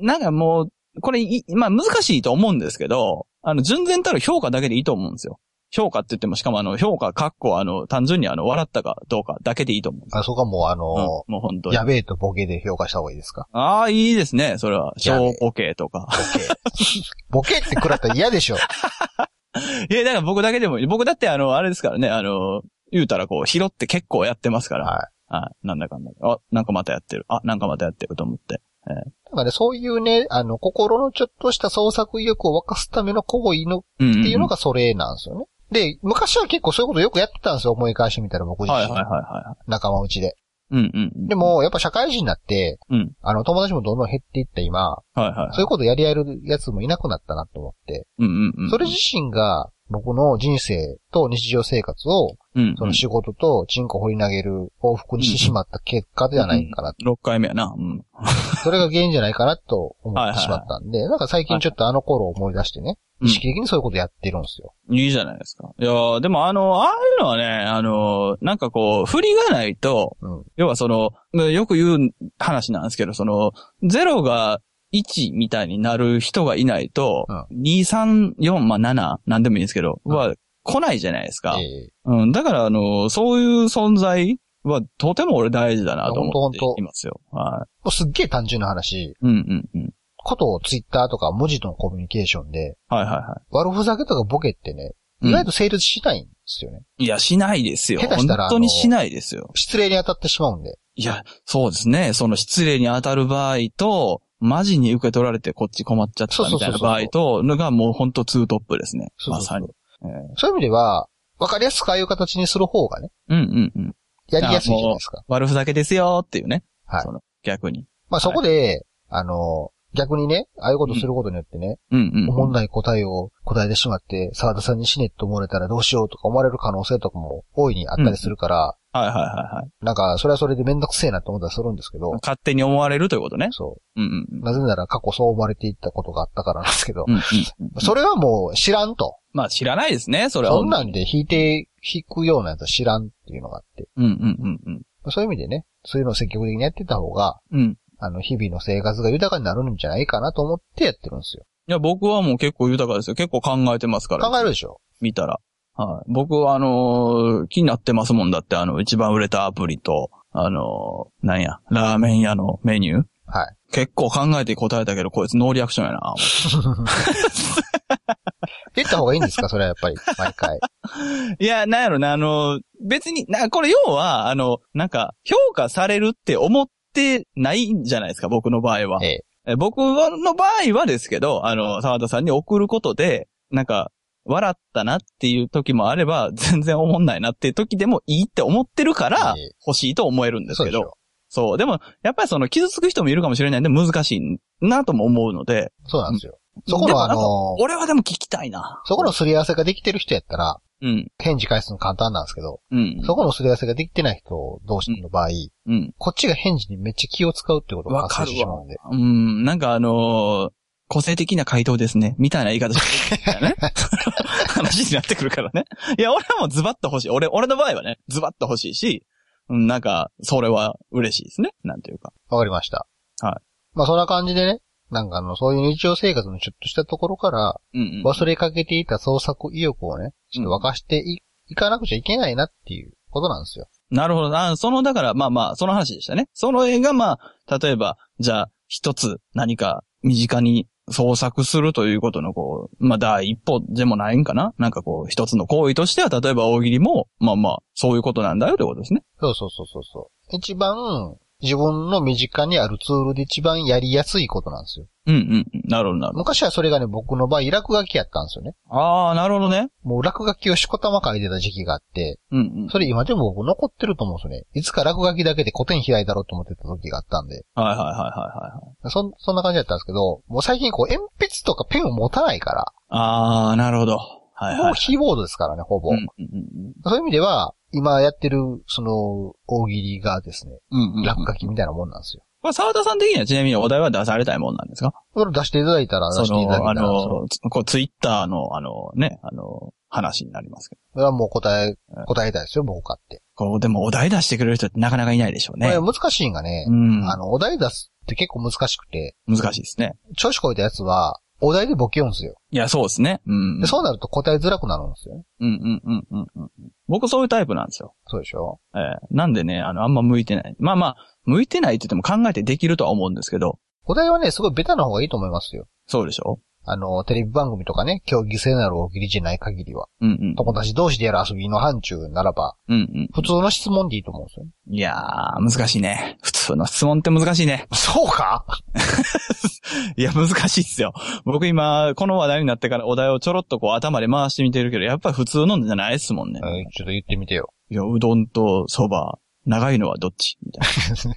Speaker 2: なんかもう、これい、まあ難しいと思うんですけど、あの、純然たる評価だけでいいと思うんですよ。評価って言っても、しかもあの、評価、かっこ、あの、単純にあの、笑ったかどうかだけでいいと思うんですよ。
Speaker 3: あそこはもうあ
Speaker 2: うん
Speaker 3: の、
Speaker 2: もう本当に
Speaker 3: や。べえとボケで評価した方がいいですか
Speaker 2: ああ、いいですね、それは。
Speaker 3: やべえ
Speaker 2: 小ボケとか。
Speaker 3: ボケって食らったら嫌でしょ
Speaker 2: いや、だから僕だけでもいい、僕だってあの、あれですからね、あの、言うたらこう、拾って結構やってますから。
Speaker 3: は
Speaker 2: はい。なんだかんだ。あ、なんかまたやってる。あ、なんかまたやってると思って。
Speaker 3: い。だからそういうね、あの、心のちょっとした創作意欲を沸かすための行為のっ
Speaker 2: うん、
Speaker 3: ていうの
Speaker 2: が、
Speaker 3: がそれなんですよね。で、昔は結構そういうことよくやってたんですよ、思い返してみたら僕自身。
Speaker 2: はいはいはいは
Speaker 3: 仲間内で。
Speaker 2: い。うんうんうん。
Speaker 3: で、も、やっぱ社会人になって、
Speaker 2: うん
Speaker 3: あの、友達もどんどん減っていった今、
Speaker 2: はいはい。
Speaker 3: そういうことやり合えるやつもいなくなったなと思って、
Speaker 2: うんうんうん。
Speaker 3: それ自身が僕の人生と日常生活を、
Speaker 2: うんうん、
Speaker 3: その仕事とチンコ掘り投げる往復にしてしまった結果ではないかな。
Speaker 2: 6回目やな。うん。
Speaker 3: それが原因じゃないかなと思
Speaker 2: はいはい
Speaker 3: って
Speaker 2: はい
Speaker 3: しまったんで、なんか最近ちょっとあの頃を思い出してね、
Speaker 2: うん
Speaker 3: 意識的にそういうことやってるんですよ。
Speaker 2: いいじゃないですか。いやーでもあの、ああいうのはね、あの、なんかこう、振りがないと、
Speaker 3: うん
Speaker 2: 要はその、まあよく言う話なんですけど、その、0が1みたいになる人がいないと、
Speaker 3: うん
Speaker 2: 2、3、4、まあ7、なんでもいいんですけど、
Speaker 3: うん
Speaker 2: は来ないじゃないですか。
Speaker 3: ええ
Speaker 2: うん、だからあの、そういう存在は、とても俺大事だなと思って
Speaker 3: ほんとほんと
Speaker 2: いますよ。は
Speaker 3: もうすっげえ単純な話。
Speaker 2: い。うんうんうん。
Speaker 3: ことをツイッターとか文字とのコミュニケーションで、
Speaker 2: はいはいは
Speaker 3: 悪ふざけとかボケってね、
Speaker 2: い。
Speaker 3: 意外
Speaker 2: と、
Speaker 3: と成立しないんですよね。
Speaker 2: いや、しないですよ。
Speaker 3: 下手したら
Speaker 2: 本当にしないですよ。
Speaker 3: 失礼に当たってしまうんで。
Speaker 2: いや、そうですね。その失礼に当たる場合と、マジに受け取られてこっち困っちゃったみたいな場合と、のがもう本当ツートップですね。
Speaker 3: そうそうそ
Speaker 2: まさ
Speaker 3: う
Speaker 2: に。え
Speaker 3: そういう意味では、わかりやすくああいう形にする方がね、
Speaker 2: ーうんうんうん。
Speaker 3: やりやすいじゃないですか。
Speaker 2: 悪ふざけですよっていうね。
Speaker 3: はい
Speaker 2: その逆に。
Speaker 3: まあそこで、あの、逆にね、ああいうことすることによってね、
Speaker 2: うんうん。
Speaker 3: おもんない答えを答えてしまって、沢田さんに死ねって思われたらどうしようとか思われる可能性とかも大いにあったりするから、
Speaker 2: はいはいはいはい。
Speaker 3: なんか、それはそれでめんどくせえなって思ったりするんですけど、
Speaker 2: 勝手に思われるということね。
Speaker 3: そ
Speaker 2: うんうんうん。
Speaker 3: う。なぜなら過去そう思われていったことがあったからなんですけど
Speaker 2: う、んうんうん
Speaker 3: それはもう知らんと。
Speaker 2: まあ知らないですね、それは。
Speaker 3: そんなんで引いて、引くようなやつは知らんっていうのがあって。
Speaker 2: うんうんうんうん。
Speaker 3: そういう意味でね、そういうのを積極的にやってた方が、
Speaker 2: うん。
Speaker 3: あの、日々の生活が豊かになるんじゃないかなと思ってやってるんですよ。
Speaker 2: いや、僕はもう結構豊かですよ。結構考えてますから。
Speaker 3: 考えるでしょ
Speaker 2: 見たら。はい。僕はあのー気になってますもんだって、あの、一番売れたアプリと、あのーなんや、ラーメン屋のメニュー
Speaker 3: はい。
Speaker 2: 結構考えて答えたけど、こいつノーリアクションやな。
Speaker 3: 言った方がいいんです かそれはやっぱり、毎回。
Speaker 2: いや、なんやろな、あのー別に、な、これ要は、あの、なんか、評価されるって思ってないんじゃないですか、僕の場合は。
Speaker 3: ええ。
Speaker 2: え僕の場合はですけど、あの、沢田さんに送ることで、なんか、笑ったなっていう時もあれば、 全然思んないなっていう時でもいいって思ってるから
Speaker 3: ええ、
Speaker 2: 欲しいと思えるんです
Speaker 3: そう
Speaker 2: け
Speaker 3: でし
Speaker 2: ど。
Speaker 3: ょ。
Speaker 2: そう。でも、やっぱりその、傷つく人もいるかもしれないんで、難しいなとも思うので、
Speaker 3: そうなんですよ。そこ
Speaker 2: で
Speaker 3: の
Speaker 2: も
Speaker 3: あ
Speaker 2: なんか
Speaker 3: の、
Speaker 2: 俺はでも聞きたいな。
Speaker 3: そこのすり合わせができてる人やったら、
Speaker 2: うん。
Speaker 3: 返事返すの簡単なんですけど、
Speaker 2: うん。
Speaker 3: そこのすり合わせができてない人同士の場合、
Speaker 2: うん。
Speaker 3: こっちが返事にめっちゃ気を使うってことが
Speaker 2: わ
Speaker 3: 発
Speaker 2: か
Speaker 3: 生
Speaker 2: る
Speaker 3: してしま
Speaker 2: わ
Speaker 3: うんで。。
Speaker 2: うん。なんかあのー個性的な回答ですね。みたいな言い方してくるみたいなね。 話になってくるからね。いや、俺はもうズバッと欲しい。俺、俺の場合はね、ズバッと欲しいし、うんなんか、それは嬉しいですね。なんていうか。
Speaker 3: わかりました。。
Speaker 2: はい
Speaker 3: まあそんな感じでね、なんかあの、そういう日常生活のちょっとしたところから、
Speaker 2: うん、うん。
Speaker 3: 忘れかけていた創作意欲をね、ちょっと沸かしてい,、かなくちゃいけないなっていうことなんですよ。
Speaker 2: なるほどな。その、だから、まあまあ、その話でしたね。その絵が、まあ、例えば、じゃあ、一つ何か身近に創作するということの、こう、まあ、第一歩でもないんかななんかこう、一つの行為としては、例えば大喜利も、まあまあ、そういうことなんだよということですね。
Speaker 3: そうそうそうそうそう。一番、自分の身近にあるツールで一番やりやすいことなんですよ。
Speaker 2: うんうんうん。なるほど、なるほど。
Speaker 3: 昔はそれがね、僕の場合、落書きやったんですよね。
Speaker 2: ああ、なるほどね。
Speaker 3: もう落書きをしこたま書いてた時期があって、
Speaker 2: うんうん。
Speaker 3: それ今でも僕残ってると思うんですよね。いつか落書きだけで古典開いたろうと思ってた時があったんで。
Speaker 2: はいはいはいはいはい。
Speaker 3: そん、そんな感じだったんですけど、もう最近こう鉛筆とかペンを持たないか
Speaker 2: ああ、なるほど。はい
Speaker 3: ら、も
Speaker 2: は
Speaker 3: う
Speaker 2: い。
Speaker 3: キーボードですからね、ほぼ。
Speaker 2: うんうん
Speaker 3: そういう意味では、今やってる、その、大喜利がですね、
Speaker 2: うん。うんうん。
Speaker 3: 落書きみたいなもんなんですよ。
Speaker 2: これ、沢田さん的にはちなみにお題は出されたいもんなんですか
Speaker 3: それ出していただいたら、出
Speaker 2: そ
Speaker 3: していただい
Speaker 2: の、
Speaker 3: た
Speaker 2: あ
Speaker 3: ら、その
Speaker 2: の、つこうツイッターの、あの、ね、あの、話になりますけど。
Speaker 3: それはもう答え、答えたいですよ、僕かって。
Speaker 2: こう、でもお題出してくれる人ってなかなかいないでしょうね。
Speaker 3: これ難しいんがね
Speaker 2: う、ん。
Speaker 3: あの、お題出すって結構難しくて、
Speaker 2: 難しいですね。
Speaker 3: 調子こいたやつは、お題でボケようんですよ。
Speaker 2: いや、そうですね。うん。
Speaker 3: で、そうなると答えづらくなるんですよね。
Speaker 2: うんうんうんうんうん。僕そういうタイプなんですよ。
Speaker 3: そうでしょ
Speaker 2: ええなんでね、あの、あんま向いてない。まあまあ、向いてないって言っても考えてできるとは思うんですけど、
Speaker 3: お題はね、すごいベタな方がいいと思いますよ。
Speaker 2: そうでしょ
Speaker 3: あの、テレビ番組とかね、競技性のある大喜利じゃない限りは、
Speaker 2: うんうん。
Speaker 3: 友達同士でやる遊びの範疇ならば、
Speaker 2: うんうん。
Speaker 3: 普通の質問でいいと思うんですよね。
Speaker 2: いやー、難しいね。普通の質問って難しいね。
Speaker 3: そう か
Speaker 2: いや、難しいっすよ。僕今、この話題になってからお題をちょろっとこう頭で回してみてるけど、やっぱり普通のじゃないっすもんね。
Speaker 3: うんちょっと言ってみてよ。
Speaker 2: いや、うどんと蕎麦、長いのはどっちみたい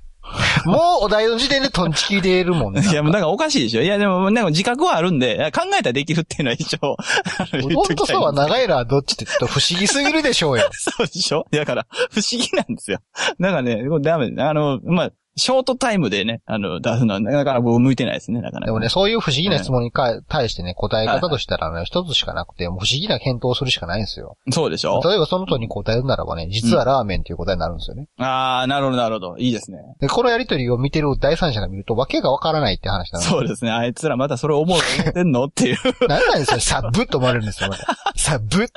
Speaker 3: もうお題の時点でトンチキでる もんね。
Speaker 2: な。いや、もうだからおかしいでしょ。いや、でも、なんか自覚はあるんで、いや考えたらできるっていうのは一 応、あの、言
Speaker 3: う
Speaker 2: っ
Speaker 3: ど
Speaker 2: と
Speaker 3: んと
Speaker 2: きたい。
Speaker 3: さは長いらどっちってちょっと不思議すぎるでしょうよ
Speaker 2: そうでしょだから、不思議なんですよ。だからね、これダメ。あの、まあ、ショートタイムでね、あの、出すのは、だから僕向いてないですね、なかなか。
Speaker 3: でもね、そういう不思議な質問にか対してね、答え方としたらね、一つしかなくて、もう不思議な検討をするしかないんですよ。
Speaker 2: そうでしょ
Speaker 3: 例えばその問いに答えるならばね、実はラーメンっていう答えになるんですよね。
Speaker 2: ああ、なるほど、なるほど。いいですね。
Speaker 3: で、このやりとりを見てる第三者が見ると、わけがわからないって話なの。
Speaker 2: そうですね。あいつらまたそれ思う思ってんのっていう。
Speaker 3: なんなんですよ、サブって思われるんですよ、また。サブって。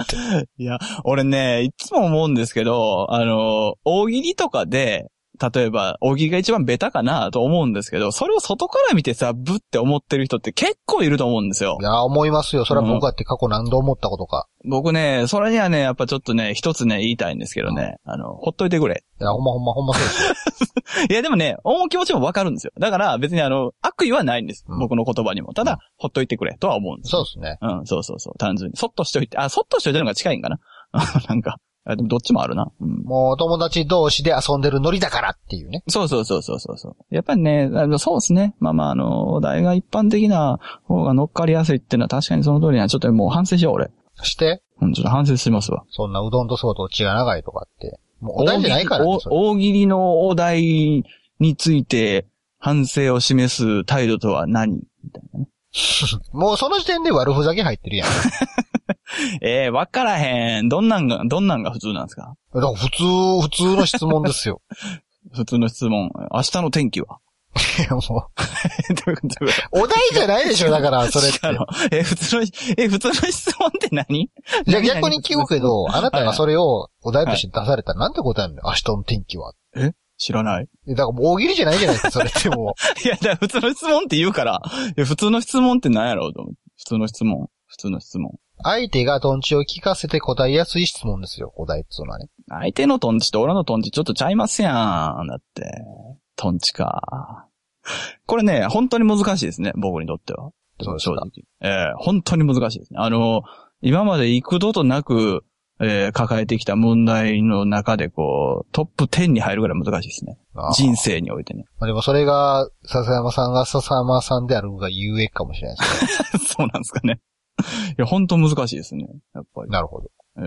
Speaker 2: いや、俺ね、いつも思うんですけど、あの、大喜利とかで、例えば、大喜利が一番ベタかなと思うんですけど、それを外から見てさ、ブって思ってる人って結構いると思うんですよ
Speaker 3: い。や、思いますよ。それは僕だって過去何度思ったことか。
Speaker 2: 僕ね、それにはね、やっぱちょっとね、一つね、言いたいんですけどね、あの、ほっといてくれ。
Speaker 3: いや、ほんまほんまほんまそう ですよ。
Speaker 2: いや、でもね、思う気持ちもわかるんですよ。だから、別にあの、悪意はないんです。
Speaker 3: うん
Speaker 2: 僕の言葉にも。ただ、
Speaker 3: うん
Speaker 2: ほっといてくれ、とは思うんです。
Speaker 3: そうですね。
Speaker 2: うん、そうそうそう。単純に。そっとしておいて、あ、そっとしておいてるのが近いんかな。 なんか、あでもどっちもあるな。うん。
Speaker 3: もう友達同士で遊んでるノリだからっていうね。
Speaker 2: そうそうそうそうそうそう。やっぱりね、あのそうですね。まあまあ、あの、お題が一般的な方が乗っかりやすいっていうのは確かにその通りな。ちょっともう反省しよう、俺。
Speaker 3: そして、
Speaker 2: うん、ちょっと反省しますわ。
Speaker 3: そんなうどんとそばと血が長いとかって、もうお題じゃないからね
Speaker 2: 大。
Speaker 3: そ
Speaker 2: 喜利
Speaker 3: れ
Speaker 2: お大喜利のお題について反省を示す態度とは何みたいなね。
Speaker 3: もうその時点で悪ふざけ入ってるやん。だ
Speaker 2: ええわからへん。どんなんが、どんなんが普通なんですか
Speaker 3: から普通、普通の質問ですよ。
Speaker 2: 普通の質問。明日の天気は
Speaker 3: いやも
Speaker 2: どういうことどういうこ
Speaker 3: うお題じゃないでしょ、だから、そ
Speaker 2: と
Speaker 3: れっ
Speaker 2: あ
Speaker 3: て。
Speaker 2: の え、普通の、え、普通の質問って何
Speaker 3: じゃあ逆に聞くけど、あなたがそれをお題として出されたらなんて答えるの明日の天気は。
Speaker 2: 知らない。
Speaker 3: だからもう大喜利じゃないじゃないですか、それ ってもう。
Speaker 2: いや、だから普通の質問って言うから、いや普通の質問って何やろうと思って。普通の質問。普通の質問。
Speaker 3: 相手がトンチを聞かせて答えやすい質問ですよ、お題っていうのはね。
Speaker 2: 相手のトンチと俺のトンチちょっとちゃいますやん。だって。トンチか。これね、本当に難しいですね、僕にとっては。
Speaker 3: そうです
Speaker 2: 正
Speaker 3: か
Speaker 2: 直。ええ本当に難しいですね。あの、今まで幾度となく、えー抱えてきた問題の中で、こう、トップ10に入るぐらい難しいですね。
Speaker 3: ああ
Speaker 2: 人生においてね。
Speaker 3: まあでもそれが、笹山さんが笹山さんであるがゆえかもしれないですね。
Speaker 2: そうなんですかね。いや、本当難しいですね。やっぱり。
Speaker 3: なるほど。
Speaker 2: ええ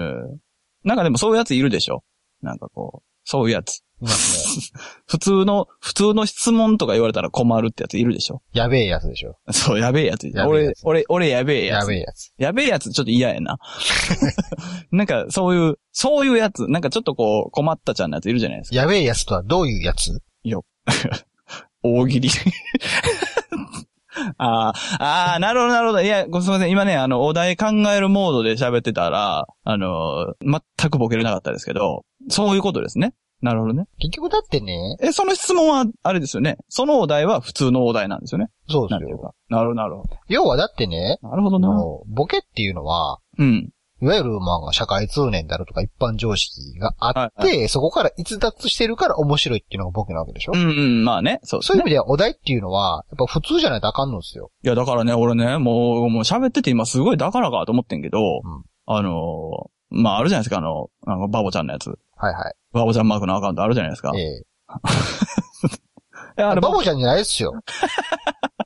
Speaker 2: なんかでもそういうやついるでしょなんかこう、そういうやつ。
Speaker 3: いますね。
Speaker 2: 普通の、普通の質問とか言われたら困るってやついるでしょ
Speaker 3: やべえやつでしょ。
Speaker 2: そう、やべえやつ。
Speaker 3: やべえや
Speaker 2: 俺
Speaker 3: つ、
Speaker 2: 俺、俺やべえや
Speaker 3: や
Speaker 2: つ。
Speaker 3: べえやつ。
Speaker 2: やべえやつちょっと嫌や な。 なんかそういう、そういうやつ、なんかちょっとこう困ったちゃんのやついるじゃないですか。
Speaker 3: やべえやつとはどういうやつ
Speaker 2: 大喜利。 あーあー、なるほど、なるほど。いや、ごすみません。今ね、あの、お題考えるモードで喋ってたら、あのー全くボケれなかったですけど、そういうことですね。なるほどね。
Speaker 3: 結局だってね、
Speaker 2: え、その質問は、あれですよね。そのお題は普通のお題なんですよね。
Speaker 3: そう
Speaker 2: な
Speaker 3: で
Speaker 2: ん
Speaker 3: す
Speaker 2: ていう
Speaker 3: よ。
Speaker 2: か。なるほど、なるほ
Speaker 3: 要はだってね、
Speaker 2: ど。なるほど
Speaker 3: あ
Speaker 2: な。
Speaker 3: のボケっていうのは、
Speaker 2: うん。
Speaker 3: いわゆるまあ社会通念であるとか一般常識があって、
Speaker 2: は
Speaker 3: そこから逸脱してるから面白いっていうのがボケなわけでしょ、
Speaker 2: うん、うん、まあね。そうです
Speaker 3: そうい
Speaker 2: ね
Speaker 3: う意味ではお題っていうのは、やっぱ普通じゃないとあかんのですよ。
Speaker 2: いや、だからね、俺ね、もう、もう喋ってて今すごいだからかと思ってんけど、
Speaker 3: うん
Speaker 2: あのーまあ、あるじゃないですか、あの、なんかバボちゃんのやつ。
Speaker 3: はいは
Speaker 2: バボちゃんマークのアカウントあるじゃないですか。
Speaker 3: い。
Speaker 2: い
Speaker 3: え
Speaker 2: や
Speaker 3: え
Speaker 2: あれ
Speaker 3: バボちゃんじゃな いですよ。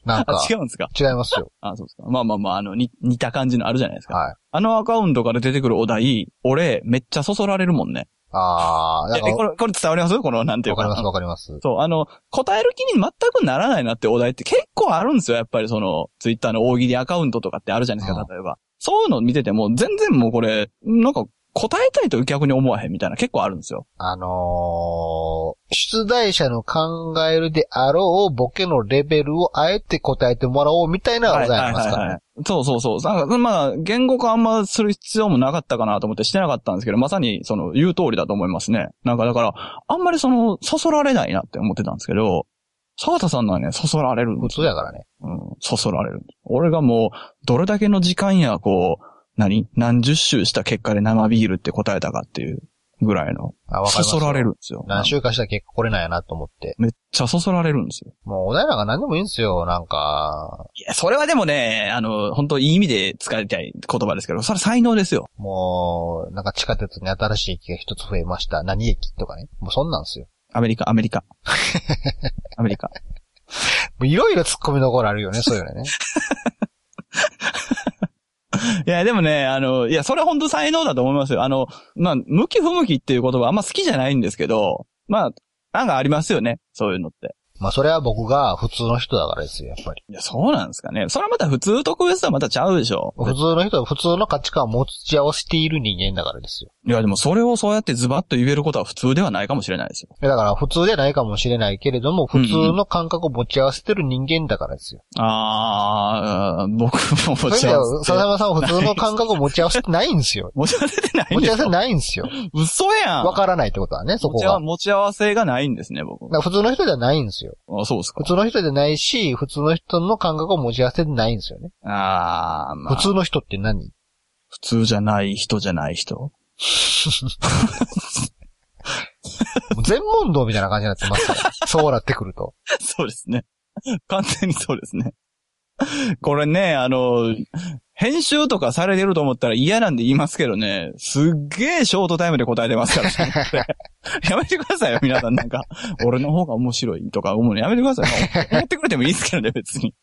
Speaker 3: なん
Speaker 2: あ
Speaker 3: か、
Speaker 2: 違うんですか
Speaker 3: 違います よ。
Speaker 2: あ、そうですか。まあまあまあ、あの、に似た感じのあるじゃないですか。
Speaker 3: はい。
Speaker 2: あのアカウントから出てくるお題、俺、めっちゃそそられるもんね。
Speaker 3: あー、
Speaker 2: え、
Speaker 3: なんか
Speaker 2: これ、これ伝わりますこの、なんていう
Speaker 3: わか
Speaker 2: か。
Speaker 3: ります、わかります。
Speaker 2: そう、あの、答える気に全くならないなってお題って結構あるんですよ。やっぱりその、ツイッターの大喜利アカウントとかってあるじゃないです
Speaker 3: う
Speaker 2: か
Speaker 3: ん、
Speaker 2: 例えば。そういうの見てても、全然もうこれ、なんか、答えたいと逆に思わへんみたいな結構あるんですよ。
Speaker 3: あのー、出題者の考えるであろうボケのレベルをあえて答えてもらおうみたいなお題ありますからね。
Speaker 2: い。そうそうそう。なんかまあ、言語化あんまする必要もなかったかなと思ってしてなかったんですけど、まさにその言う通りだと思いますね。なんかだから、あんまりその、そそられないなって思ってたんですけど、沢田さんのはね、そそられるんですよ
Speaker 3: 普通やからね。
Speaker 2: うん、そそられる。俺がもう、どれだけの時間や、こう、何何十周した結果で生ビールって答えたかっていうぐらいの、
Speaker 3: あ、わかり
Speaker 2: そ
Speaker 3: ます。
Speaker 2: そられるんですよ。
Speaker 3: 何週かしたら結構これなんやなと思って。
Speaker 2: めっちゃそそられるんですよ。
Speaker 3: もうお題なんか何でもいいんですよ、なんか。
Speaker 2: いや、それはでもね、あの、本当いい意味で使いたい言葉ですけど、それ才能ですよ。
Speaker 3: もう、なんか地下鉄に新しい駅が一つ増えました。何駅とかね。もうそんなんですよ。
Speaker 2: アメリカ、アメ リカ。アメリカ。
Speaker 3: もういろいろ突っ込みどころあるよね、そういうのね。
Speaker 2: いや、でもね、あの、いや、それは本当才能だと思いますよ。あの、まあ、向き不向きっていう言葉あんま好きじゃないんですけど、まあ、案がありますよね。そういうのって。
Speaker 3: まあ、それは僕が普通の人だからですよ、やっぱり。
Speaker 2: いや、そうなんですかね。それはまた普通特別とはまたちゃうでしょ。
Speaker 3: 普通の人は普通の価値観を持ち合わせている人間だからですよ。
Speaker 2: いや、でもそれをそうやってズバッと言えることは普通ではないかもしれないですよ。
Speaker 3: だから普通じゃないかもしれないけれども、普通の感覚を持ち合わせてる人間だからですよ。
Speaker 2: あー、僕も持
Speaker 3: そ
Speaker 2: ち
Speaker 3: れで
Speaker 2: 合
Speaker 3: は、
Speaker 2: わせて。。
Speaker 3: 笹山さんは普通の感覚を持ち合わせてないんですよ
Speaker 2: 持ち合わせ てない
Speaker 3: 持
Speaker 2: んで
Speaker 3: ち合
Speaker 2: す
Speaker 3: わせて
Speaker 2: よ。
Speaker 3: ないんですよ。
Speaker 2: 嘘やん。
Speaker 3: わからないってことはね、そこ
Speaker 2: 持ち合
Speaker 3: が
Speaker 2: わ。持ち合わせがないんですね、僕。
Speaker 3: だから普通の人じゃないんですよ。
Speaker 2: あそうですか
Speaker 3: 普。通の人じゃないし、普通の人の感覚を持ち合わせてないんですよね。
Speaker 2: あー、まあ、
Speaker 3: 普通の人って何
Speaker 2: 普通じゃない人じゃない人。
Speaker 3: もう全問答みたいな感じになってま すから。そうなってくると。
Speaker 2: そうですね。完全にそうですね。 これね、あの、編集とかされてると思ったら嫌なんで言いますけどね、すっげえショートタイムで答えてますからね。 やめてくださいよ、皆さん。なんか、俺の方が面白いとか思うのやめてくださいよ。やってくれてもいいですけどね、別 に。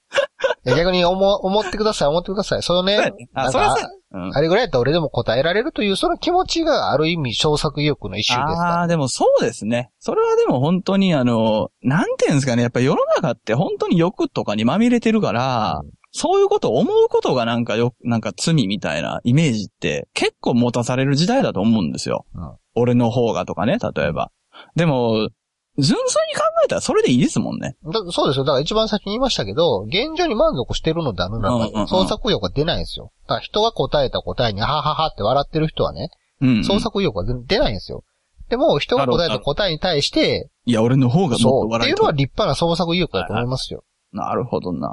Speaker 3: いや逆に思、思ってください、思ってください。そのね、な
Speaker 2: あ、
Speaker 3: ん
Speaker 2: それは
Speaker 3: か
Speaker 2: さ、うん。
Speaker 3: あれぐらいやったら俺でも答えられるという、その気持ちがある意味、創作意欲の一種です
Speaker 2: あ
Speaker 3: か
Speaker 2: あー、でもそうですね。それはでも本当にあの、なんていうんですかね。やっぱ世の中って本当に欲とかにまみれてるから、そういうことを思うことがなんかよ、なんか罪みたいなイメージって結構持たされる時代だと思うんですよ。
Speaker 3: うん
Speaker 2: 俺の方がとかね、例えば。でも、純粋に考えたらそれでいいですもんね。
Speaker 3: ら。だそうですよ。だから一番先に言いましたけど、現状に満足してるのである
Speaker 2: う
Speaker 3: な
Speaker 2: んうんう
Speaker 3: ら
Speaker 2: ん
Speaker 3: ば、創作意欲が出ないんですよ。だから人が答えた答えに、ははははって笑ってる人はね、
Speaker 2: うん。
Speaker 3: 創作意欲が出ないんですよ。でも、人が答えた答えに対して、
Speaker 2: いや、俺の方がもっ
Speaker 3: そ
Speaker 2: と
Speaker 3: う、って
Speaker 2: 笑
Speaker 3: い
Speaker 2: いう
Speaker 3: のは
Speaker 2: と
Speaker 3: 立派な創作意欲だと思いますよ。
Speaker 2: なるほどな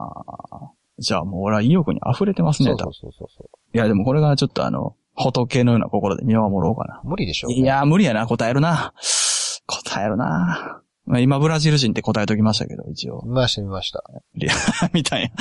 Speaker 2: じゃあもう俺は意欲に溢れてますね。
Speaker 3: そ
Speaker 2: 多
Speaker 3: うそ
Speaker 2: 分
Speaker 3: うそうそうそ
Speaker 2: いや、でもこれがちょっとあの、仏のような心で見守ろうかな。
Speaker 3: う。無理でしょうね。
Speaker 2: いやー、無理やな、答えるな。答えるな。まあ、今、ブラジル人って答えときましたけど、一 応。
Speaker 3: 見ました見ました。
Speaker 2: みたい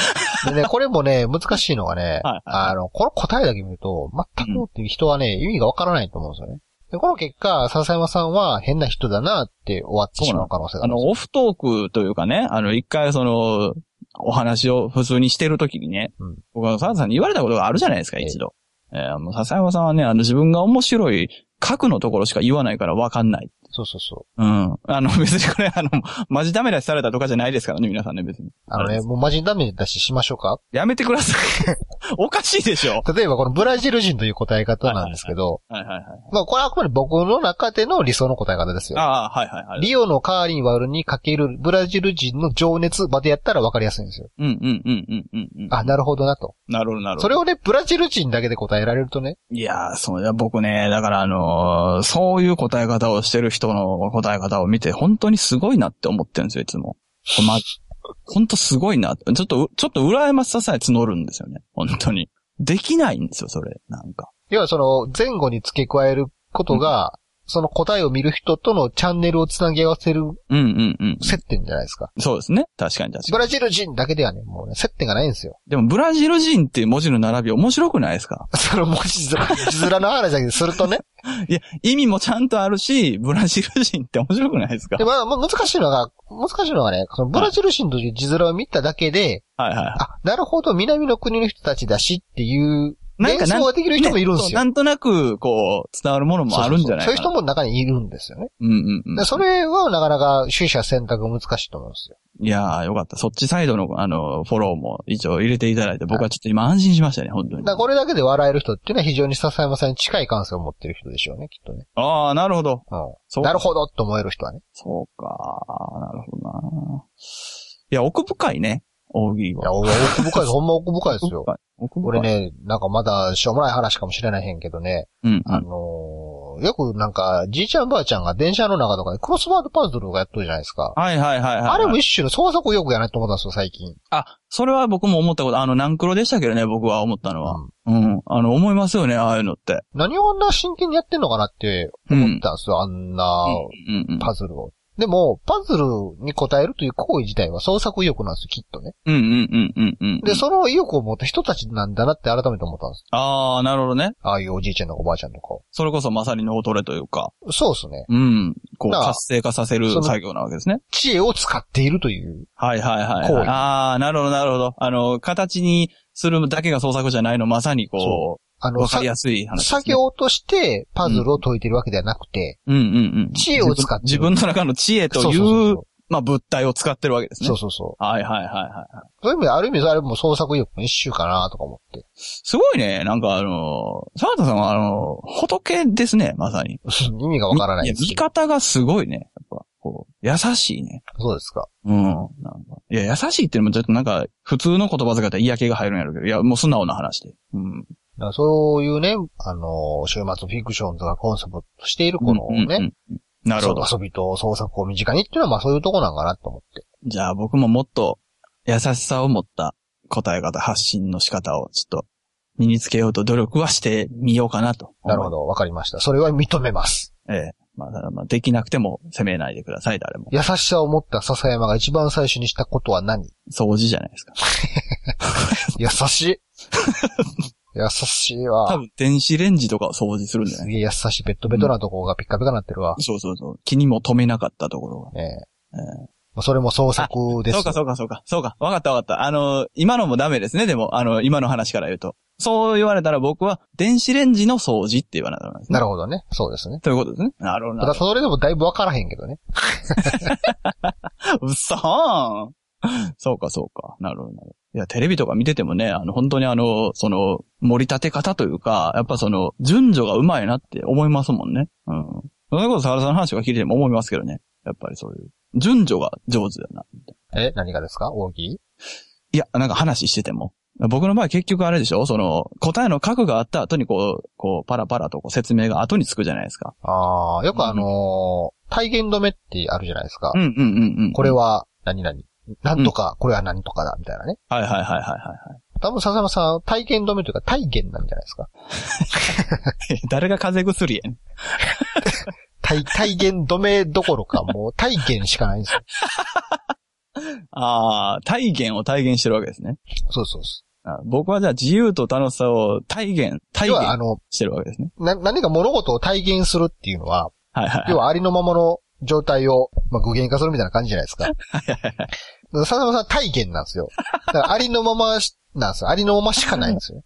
Speaker 3: でね、これもね、難しいのがね、
Speaker 2: はいはい
Speaker 3: あの、この答えだけ見ると、全くっていう人はね、意味がわからないと思うんですよね。で、この結果、笹山さんは変な人だなって終わってしまう可能性
Speaker 2: な。
Speaker 3: があ
Speaker 2: あ
Speaker 3: る
Speaker 2: の、
Speaker 3: んですよ。
Speaker 2: オフトークというかね、あの、一回その、お話を普通にしてるときにね、
Speaker 3: うん
Speaker 2: 僕は笹田さんに言われたことがあるじゃないですか、
Speaker 3: ええ
Speaker 2: 一度。えーもう笹山さんはね、あの、自分が面白い、核のところしか言わないからわかんない。
Speaker 3: そうそうそ
Speaker 2: うん。あの、 別にこれ、あの、マジダメ出しされたとかじゃないですからね、皆さんね、別に。
Speaker 3: う。あの
Speaker 2: あれ
Speaker 3: ね、
Speaker 2: で
Speaker 3: もうマジダメだししましょうか
Speaker 2: やめてくださ い。おかしいでしょ。
Speaker 3: 例えばこのブラジル人という答え方なんですけど、
Speaker 2: はいはいはい。
Speaker 3: まあこれはあくまで僕の中での理想の答え方ですよ。
Speaker 2: ああ、はいはいはい。
Speaker 3: リオのカーリンワルにかけるブラジル人の情熱までやったらわかりやすいんですよ。
Speaker 2: うんうんうんうんうんうん。
Speaker 3: あ、なるほどなと。
Speaker 2: なるほど、なるほ
Speaker 3: そ
Speaker 2: ど。
Speaker 3: れをね、ブラジル人だけで答えられるとね、
Speaker 2: いやー、そう、いや僕ね、だからあのーそういう答え方をしてる人の答え方を見て、本当にすごいなって思ってるんですよ、いつも。ま、本当すごいな。ちょっと、ちょっと羨ましささえ募るんですよね。本当に。できないんですよ、それ。なんか。
Speaker 3: 要はその前後に付け加えることが、その答えを見る人とのチャンネルをつなぎ合わせる
Speaker 2: うんうんうん。
Speaker 3: 接点じゃないですか。
Speaker 2: そうですね。確かに確か
Speaker 3: ブ
Speaker 2: に。
Speaker 3: ラジル人だけではね、もうね、接点がないんですよ。
Speaker 2: でも、ブラジル人っていう文字の並び面白くないですか
Speaker 3: その文字ずら、字面の話だけです るとね。
Speaker 2: いや、意味もちゃんとあるし、ブラジル人って面白くないですか
Speaker 3: で、まあ、もう難しいのが、難しいのがね、そのブラジル人という字面を見ただけで、
Speaker 2: はいはい。
Speaker 3: あ、なるほど、南の国の人たちだしっていう、
Speaker 2: なん
Speaker 3: 連
Speaker 2: かなん
Speaker 3: 想ができる人もいるんで
Speaker 2: そ
Speaker 3: す
Speaker 2: う
Speaker 3: よ。
Speaker 2: なんとなく、こう、伝わるものもあるんじゃない
Speaker 3: そう
Speaker 2: か
Speaker 3: そ
Speaker 2: な。
Speaker 3: うそうそういう人も中にいるんですよね。
Speaker 2: うんうんうん
Speaker 3: で。それはなかなか取捨選択難しいと思うんですよ。
Speaker 2: いやー、よかった。そっちサイドの、あの、フォローも一応入れていただいて、僕はちょっと今安心しましたね、本当に
Speaker 3: だか。らこれだけで笑える人っていうのは非常に笹山さんに近い感性を持ってる人でしょうね、きっとね。
Speaker 2: ああ、なるほど。
Speaker 3: う
Speaker 2: そ
Speaker 3: ん。
Speaker 2: う
Speaker 3: なるほどって思える人はね。
Speaker 2: そうか。なるほどな。いや、奥深いね、大喜利
Speaker 3: いや、
Speaker 2: は。
Speaker 3: 俺奥深いです。ほんま奥深いです
Speaker 2: 奥
Speaker 3: よ。
Speaker 2: 深い。奥深い。
Speaker 3: 俺。ね、なんかまだしょうもない話かもしれないへんけどね。
Speaker 2: うん、う
Speaker 3: あ
Speaker 2: ん。
Speaker 3: のーよくなんか、じいちゃんばあちゃんが電車の中とかでクロスワードパズルをやっとるじゃないですか。
Speaker 2: はいはいはいはい。
Speaker 3: あれも一種の創作欲やなと思ったんですよ、最近。
Speaker 2: あ、それは僕も思ったこと、あの、ナンクロでしたけどね、僕は思ったのは。
Speaker 3: うん
Speaker 2: うん。あの、思いますよね、ああいうのって。
Speaker 3: 何をあんな真剣にやってんのかなって思ったんですよ、あんな
Speaker 2: うんうん。
Speaker 3: パズルを。でも、パズルに答えるという行為自体は創作意欲なんですよ、きっとね。
Speaker 2: うんうんうんうんうん。
Speaker 3: で、その意欲を持った人たちなんだなって改めて思ったんです。
Speaker 2: ああ、なるほどね。
Speaker 3: ああいうおじいちゃんとかおばあちゃんとかを。
Speaker 2: それこそまさに脳トレというか。
Speaker 3: そうですね。
Speaker 2: うん。こう、
Speaker 3: だから
Speaker 2: 活性化させる
Speaker 3: その
Speaker 2: 作業なわけですね。
Speaker 3: 知恵を使っているという。
Speaker 2: はいはいはい。
Speaker 3: 行為
Speaker 2: ああ、なるほどなるほど。あの、形にするだけが創作じゃないの、まさにこ
Speaker 3: あ
Speaker 2: う、
Speaker 3: の、
Speaker 2: わか
Speaker 3: さ
Speaker 2: りやすい話です、ね。
Speaker 3: 作業としてパズルを解いてるわけではなくて、
Speaker 2: うんうんうん。
Speaker 3: 知恵を使って
Speaker 2: 自分自分の中の知恵と
Speaker 3: そう
Speaker 2: い
Speaker 3: そうそう
Speaker 2: う
Speaker 3: そう
Speaker 2: まあ、物体を使ってるわけですね。
Speaker 3: そうそうそう。
Speaker 2: はいはいはいはい。
Speaker 3: そういう意味で、ある意味、あれも創作意欲の一周かなとか思って。
Speaker 2: すごいね。なんかあのー、沢田さんはあのー、仏ですね、まさに。
Speaker 3: 意味がわからない
Speaker 2: や
Speaker 3: です
Speaker 2: 見
Speaker 3: けど。
Speaker 2: 方がすごいね。やっぱ、こう、優しいね。
Speaker 3: そうですか。
Speaker 2: うん。なんか、いや、優しいっていうのもちょっとなんか、普通の言葉遣いだったら嫌気が入るんやろうけど、いや、もう素直な話で。うん。
Speaker 3: だからそういうね、あの、週末フィクションズがコンセプトとしているこの
Speaker 2: うんうんう
Speaker 3: ね、
Speaker 2: んなるほど。
Speaker 3: そう遊びと創作を身近にっていうのはまあそういうとこなんかなと思って。
Speaker 2: じゃあ僕ももっと優しさを持った答え方、発信の仕方をちょっと身につけようと努力はしてみようかなと。
Speaker 3: なるほ。ど、わかりました。それは認めます。
Speaker 2: ええ。まあ、ただまあ、できなくても責めないでください、誰も。
Speaker 3: 優しさを持った笹山が一番最初にしたことは何
Speaker 2: 掃除じゃないですか。
Speaker 3: 優しい。 優しいわ
Speaker 2: 多。分、電子レンジとかを掃除するんじゃ
Speaker 3: す
Speaker 2: ない
Speaker 3: げえ優しいベッドベトなとこがピッカピカなってるわ。
Speaker 2: そうそうそう。気にも留めなかったところが。
Speaker 3: ええまあそれも創作です。
Speaker 2: そうかそうかそうか。そうか。わかったわかった。あの、今のもダメですね。でも、あの、今の話から言うと。そう言われたら僕は、電子レンジの掃除って言わなきゃダメですね。
Speaker 3: な
Speaker 2: る
Speaker 3: るほどね。そうですね。
Speaker 2: ということですね。なるほど
Speaker 3: た
Speaker 2: な
Speaker 3: だ。それでもだいぶわからへんけどね。
Speaker 2: うっそーん。そうかそうか。なるほどなるほど。いや、テレビとか見ててもね、あの、本当にあの、その、盛り立て方というか、やっぱその、順序がうまいなって思いますもんね。うん。それこそ、沢田さんの話が聞いてても思いますけどね。やっぱりそういう、順序が上手だな。
Speaker 3: え、何がですか大きい
Speaker 2: いや、なんか話してても。僕の場合結局あれでしょその、答えの核があった後にこう、こう、パラパラとこう説明が後につくじゃないですか。
Speaker 3: ああ、よくあのー体現止めってあるじゃないですか。
Speaker 2: うんうんうんうん。
Speaker 3: これ。は、何々。なんとか、これは何とかだ、みたいなね。
Speaker 2: はいはいはいはいは
Speaker 3: 多分、笹山さん、体験止めというか、体験なんじゃないですか。
Speaker 2: い。 誰が風邪薬やねん。
Speaker 3: 体、体験止めどころ か、もう体験しかないんですよ。
Speaker 2: ああ、体現を体現してるわけですね。
Speaker 3: そうそうそ
Speaker 2: あ僕はじゃあ自由と楽しさを体現、
Speaker 3: う。
Speaker 2: 体
Speaker 3: 要は、あ
Speaker 2: 現
Speaker 3: の、
Speaker 2: してるわけですね。
Speaker 3: な、何か物事を体現するっていうのは、
Speaker 2: はいはい
Speaker 3: 要
Speaker 2: はい。
Speaker 3: はありのままの状態を、まあ、具現化するみたいな感じじゃないですか。笹山さん、体験なんですよ。だからありのままし、なんですよ。ありのまましかないんです よ。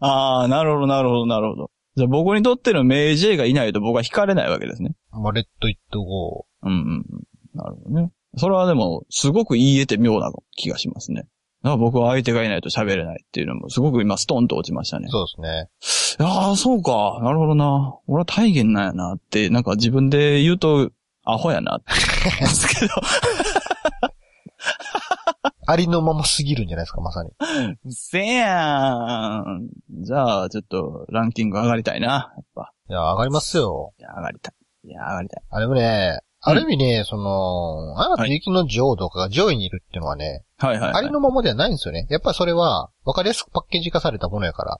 Speaker 2: ああ、なるほどなるほどなるほど。じゃあ僕にとっての名 J がいないと僕は惹かれないわけですね。
Speaker 3: まあ、レッド・イット・ゴ
Speaker 2: うんうんうん。なるほどね。それはでも、すごく言い得て妙な気がしますね。だから僕は相手がいないと喋れないっていうのも、すごく今、ストンと落ちましたね
Speaker 3: ー。。そうですね。
Speaker 2: ああ、そうか。なるほどな。俺は体現なんやなって、なんか自分で言うと、アホやなって思うんですけど。
Speaker 3: ありのまますぎるんじゃないですか、まさに。
Speaker 2: うっせえやん。じゃあ、ちょっと、ランキング上がりたいな。やっぱ。
Speaker 3: いや、上がりますよ。
Speaker 2: いや、上がりたい。いや、上がりたい。
Speaker 3: あ、でもね、
Speaker 2: うん
Speaker 3: ある意味ね、その、アナと雪の女王とかが上位にいるっていうのはね、
Speaker 2: はいはい、
Speaker 3: あ
Speaker 2: はい
Speaker 3: り。のままではないんですよね。やっぱりそれは、わかりやすくパッケージ化されたものやから、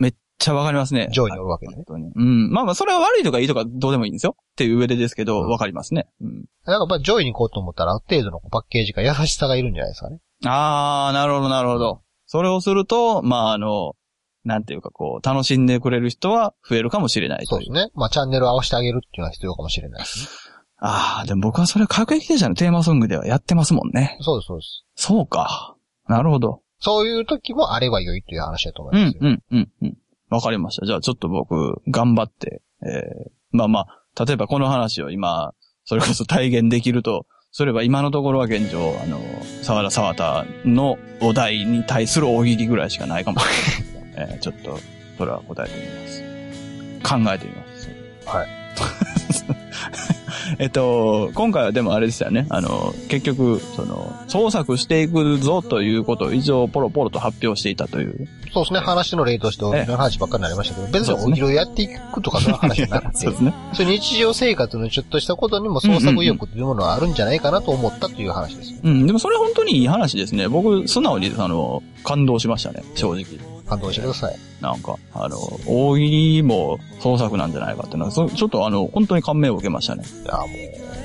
Speaker 2: めっちゃわかりますね。
Speaker 3: 上位におるわけでね
Speaker 2: 本。当に。うん。まあまあ、それは悪いとかいいとかどうでもいいんですよ。っていう上でですけど、
Speaker 3: うん
Speaker 2: わかりますね。うん。
Speaker 3: だからやっぱ上位に行こうと思ったら、ある程度のパッケージ化、優しさがいるんじゃないですかね。
Speaker 2: あー、なるほど、なるほど。それをすると、まあ、あの、なんていうかこう、楽しんでくれる人は増えるかもしれない
Speaker 3: そ
Speaker 2: と
Speaker 3: うで
Speaker 2: い
Speaker 3: す
Speaker 2: う。
Speaker 3: ね。まあ、チャンネルを合わせてあげるっていうのは必要かもしれないですね。
Speaker 2: あー、でも僕はそれ、各駅停車のテーマソングではやってますもんね。
Speaker 3: そうです、そうです。
Speaker 2: そうか。なるほど。
Speaker 3: そういう時もあれば良いという話だと思いうま
Speaker 2: ん
Speaker 3: すよ。、
Speaker 2: うん、うん、うん。わかりました。じゃあちょっと僕、頑張って、えー、まあまあ、例えばこの話を今、それこそ体現できると、すれば今のところは現状、あの、沢田沢田のお題に対する大喜利ぐらいしかないかもしれ ないえー。ちょっと、それは答えてみます。考えてみます。
Speaker 3: はい。
Speaker 2: えっと、今回はでもあれでしたよね。あの、結局、その、創作していくぞということを以上ポロポロと発表していたという
Speaker 3: そうですね。話の例として大喜利の話ばっかりになりましたけど、別に大喜利をやっていくとかそういう話じゃな くて
Speaker 2: そう、ですね。
Speaker 3: そういう日常生活のちょっとしたことにも創作意欲というものはあるんじゃないかなと思ったという話です。
Speaker 2: うん、でもそれ本当にいい話ですね。僕、素直に、あの、感動しましたね、正直。
Speaker 3: 感動してください。
Speaker 2: なんか、あの、大喜利も創作なんじゃないかっていうのは、そちょっとあの、本当に感銘を受けましたね。
Speaker 3: いや、もう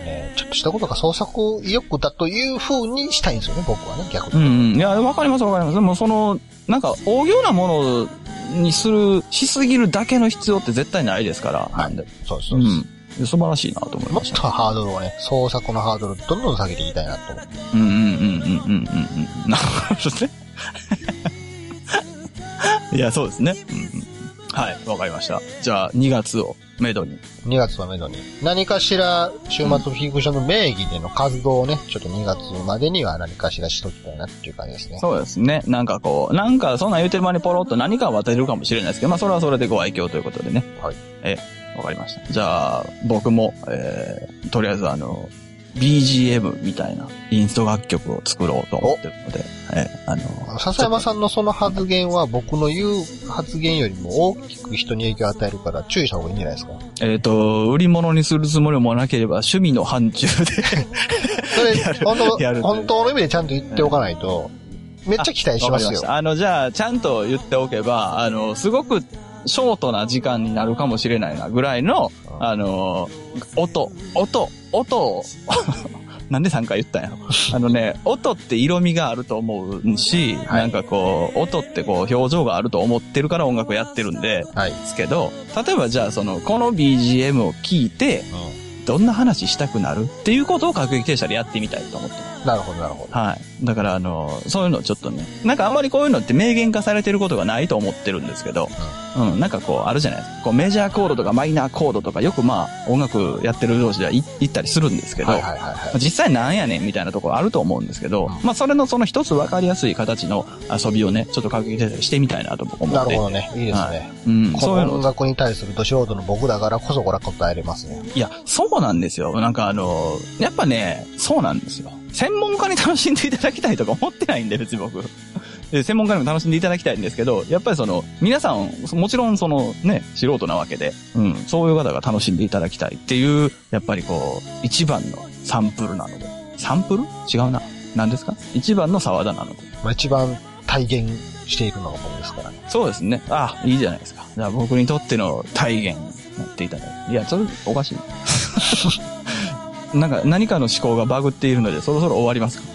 Speaker 3: ね、ちょっとしたことが創作意欲だという風にしたいんですよね、僕はね、逆
Speaker 2: う
Speaker 3: に。
Speaker 2: ん、うん。いや、わかりますわかります。でもその、なんか、大行なものにする、しすぎるだけの必要って絶対ないですから。
Speaker 3: はい
Speaker 2: なんで
Speaker 3: そうです
Speaker 2: う
Speaker 3: そうです。
Speaker 2: ん。素晴らしいなと思い
Speaker 3: も
Speaker 2: ま
Speaker 3: っ
Speaker 2: し
Speaker 3: と
Speaker 2: た。
Speaker 3: ハードルをね、創作のハードルをどんどん下げていきたいなと思って。
Speaker 2: うんうんうんうんうんうんうん。 なるほどね。いや、そうですね。うんうんはい、わかりました。じゃあ、2月をめどに。
Speaker 3: 2月はめどに。何かしら、週末フィクションの名義での活動をね、ちょっと2月までには何かしらしときたいなっていう感じですね。
Speaker 2: そうですね。なんかこう、なんかそんなん言うてる間にポロッと何か渡れるかもしれないですけど、まあそれはそれでご愛嬌ということでね。
Speaker 3: はい。
Speaker 2: え、わかりました。じゃあ、僕も、えー、とりあえずあの、BGM みたいなインスト楽曲を作ろうと思ってるので、え、あの、
Speaker 3: 笹山さんのその発言は僕の言う発言よりも大きく人に影響を与えるから注意した方がいいんじゃないですか。
Speaker 2: えっ、と、売り物にするつもりもなければ趣味の範疇 で
Speaker 3: それ、本
Speaker 2: やる
Speaker 3: 当、本当の意味でちゃんと言っておかないと、めっちゃ期待し
Speaker 2: わか
Speaker 3: ま
Speaker 2: り
Speaker 3: す
Speaker 2: まし
Speaker 3: よ。
Speaker 2: た。あの、じゃあ、ちゃんと言っておけば、あの、すごくショートな時間になるかもしれないな、ぐらいの、
Speaker 3: うん
Speaker 2: あの、音、音、音を、 なんで3回言ったんやろ。あのね、音って色味があると思うし、
Speaker 3: はい
Speaker 2: なんかこう、音ってこう、表情があると思ってるから音楽やってるんで、
Speaker 3: はい。
Speaker 2: ですけど、例えばじゃあ、その、この BGM を聞いて、どんな話したくなるっていうことを各駅停車でやってみたいと思ってます
Speaker 3: うん。なるほど、なるほど。
Speaker 2: はい。だから、あの、そういうのちょっとね、なんかあんまりこういうのって明言化されてることがないと思ってるんですけど、うん、なんかこう、あるじゃないですか。こう、メジャーコードとかマイナーコードとか、よくまあ、音楽やってる同士では行ったりするんですけど、
Speaker 3: はいはいはいはい。
Speaker 2: 実際なんやねんみたいなところあると思うんですけど、
Speaker 3: うん
Speaker 2: まあ、それのその一つ分かりやすい形の遊びをね、ちょっと過激にしてみたいなと僕思って。
Speaker 3: なるほ どね。いいですね。
Speaker 2: うん、
Speaker 3: こ
Speaker 2: そういうの
Speaker 3: の音楽に対するド素人の僕だからこそこれは答えれますね。
Speaker 2: いや、そうなんですよ。なんかあの、やっぱね、そうなんですよ。専門家に楽しんでいただきたいとか思ってないんで、別に僕。で専門家にも楽しんでいただきたいんですけど、やっぱりその、皆さん、もちろんそのね、素人なわけで、うん、そういう方が楽しんでいただきたいっていう、やっぱりこう、一番のサンプルなので。サンプル違うな。何ですか一番の沢田なので。
Speaker 3: まあ、一番体現しているのが僕ですからね。
Speaker 2: そうですね。あ、いいじゃないですか。じゃあ僕にとっての体現になっていただいて。い や、それおかしい。なんか何かの思考がバグっているので、そろそろ終わりますか。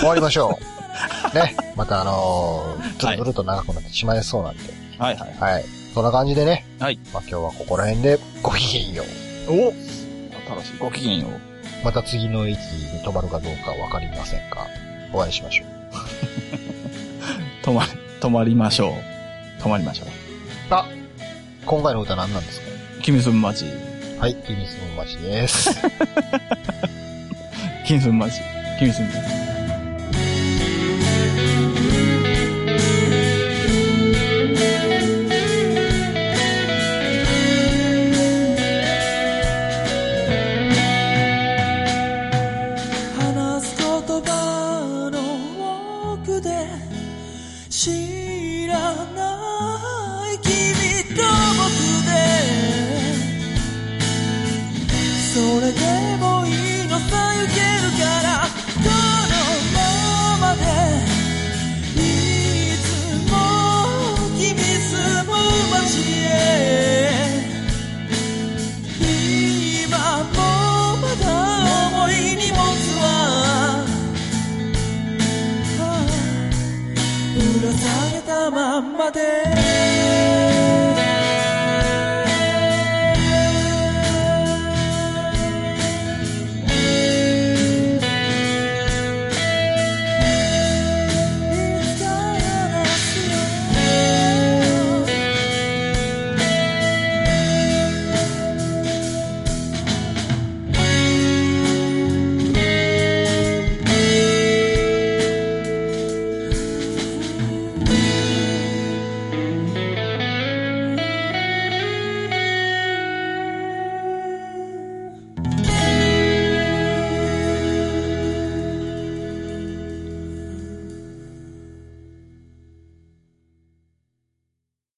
Speaker 3: 終わりましょ う。ね。またあのー、ちょっとずると長くなってしまいそうなんで。
Speaker 2: はいはい。
Speaker 3: はい。そんな感じでね。
Speaker 2: はい。
Speaker 3: まあ、今日はここら辺でごきげんよう。
Speaker 2: お新しいご機嫌を。
Speaker 3: また次の駅に止まるかどうかわかりませんかお会いしましょう。
Speaker 2: 止ま、止まりましょう。止まりましょう。
Speaker 3: あ、今回の歌何なんですか
Speaker 2: 君すんまち。
Speaker 3: はい、君すんまちです。
Speaker 2: 君すんまち。君すんまち。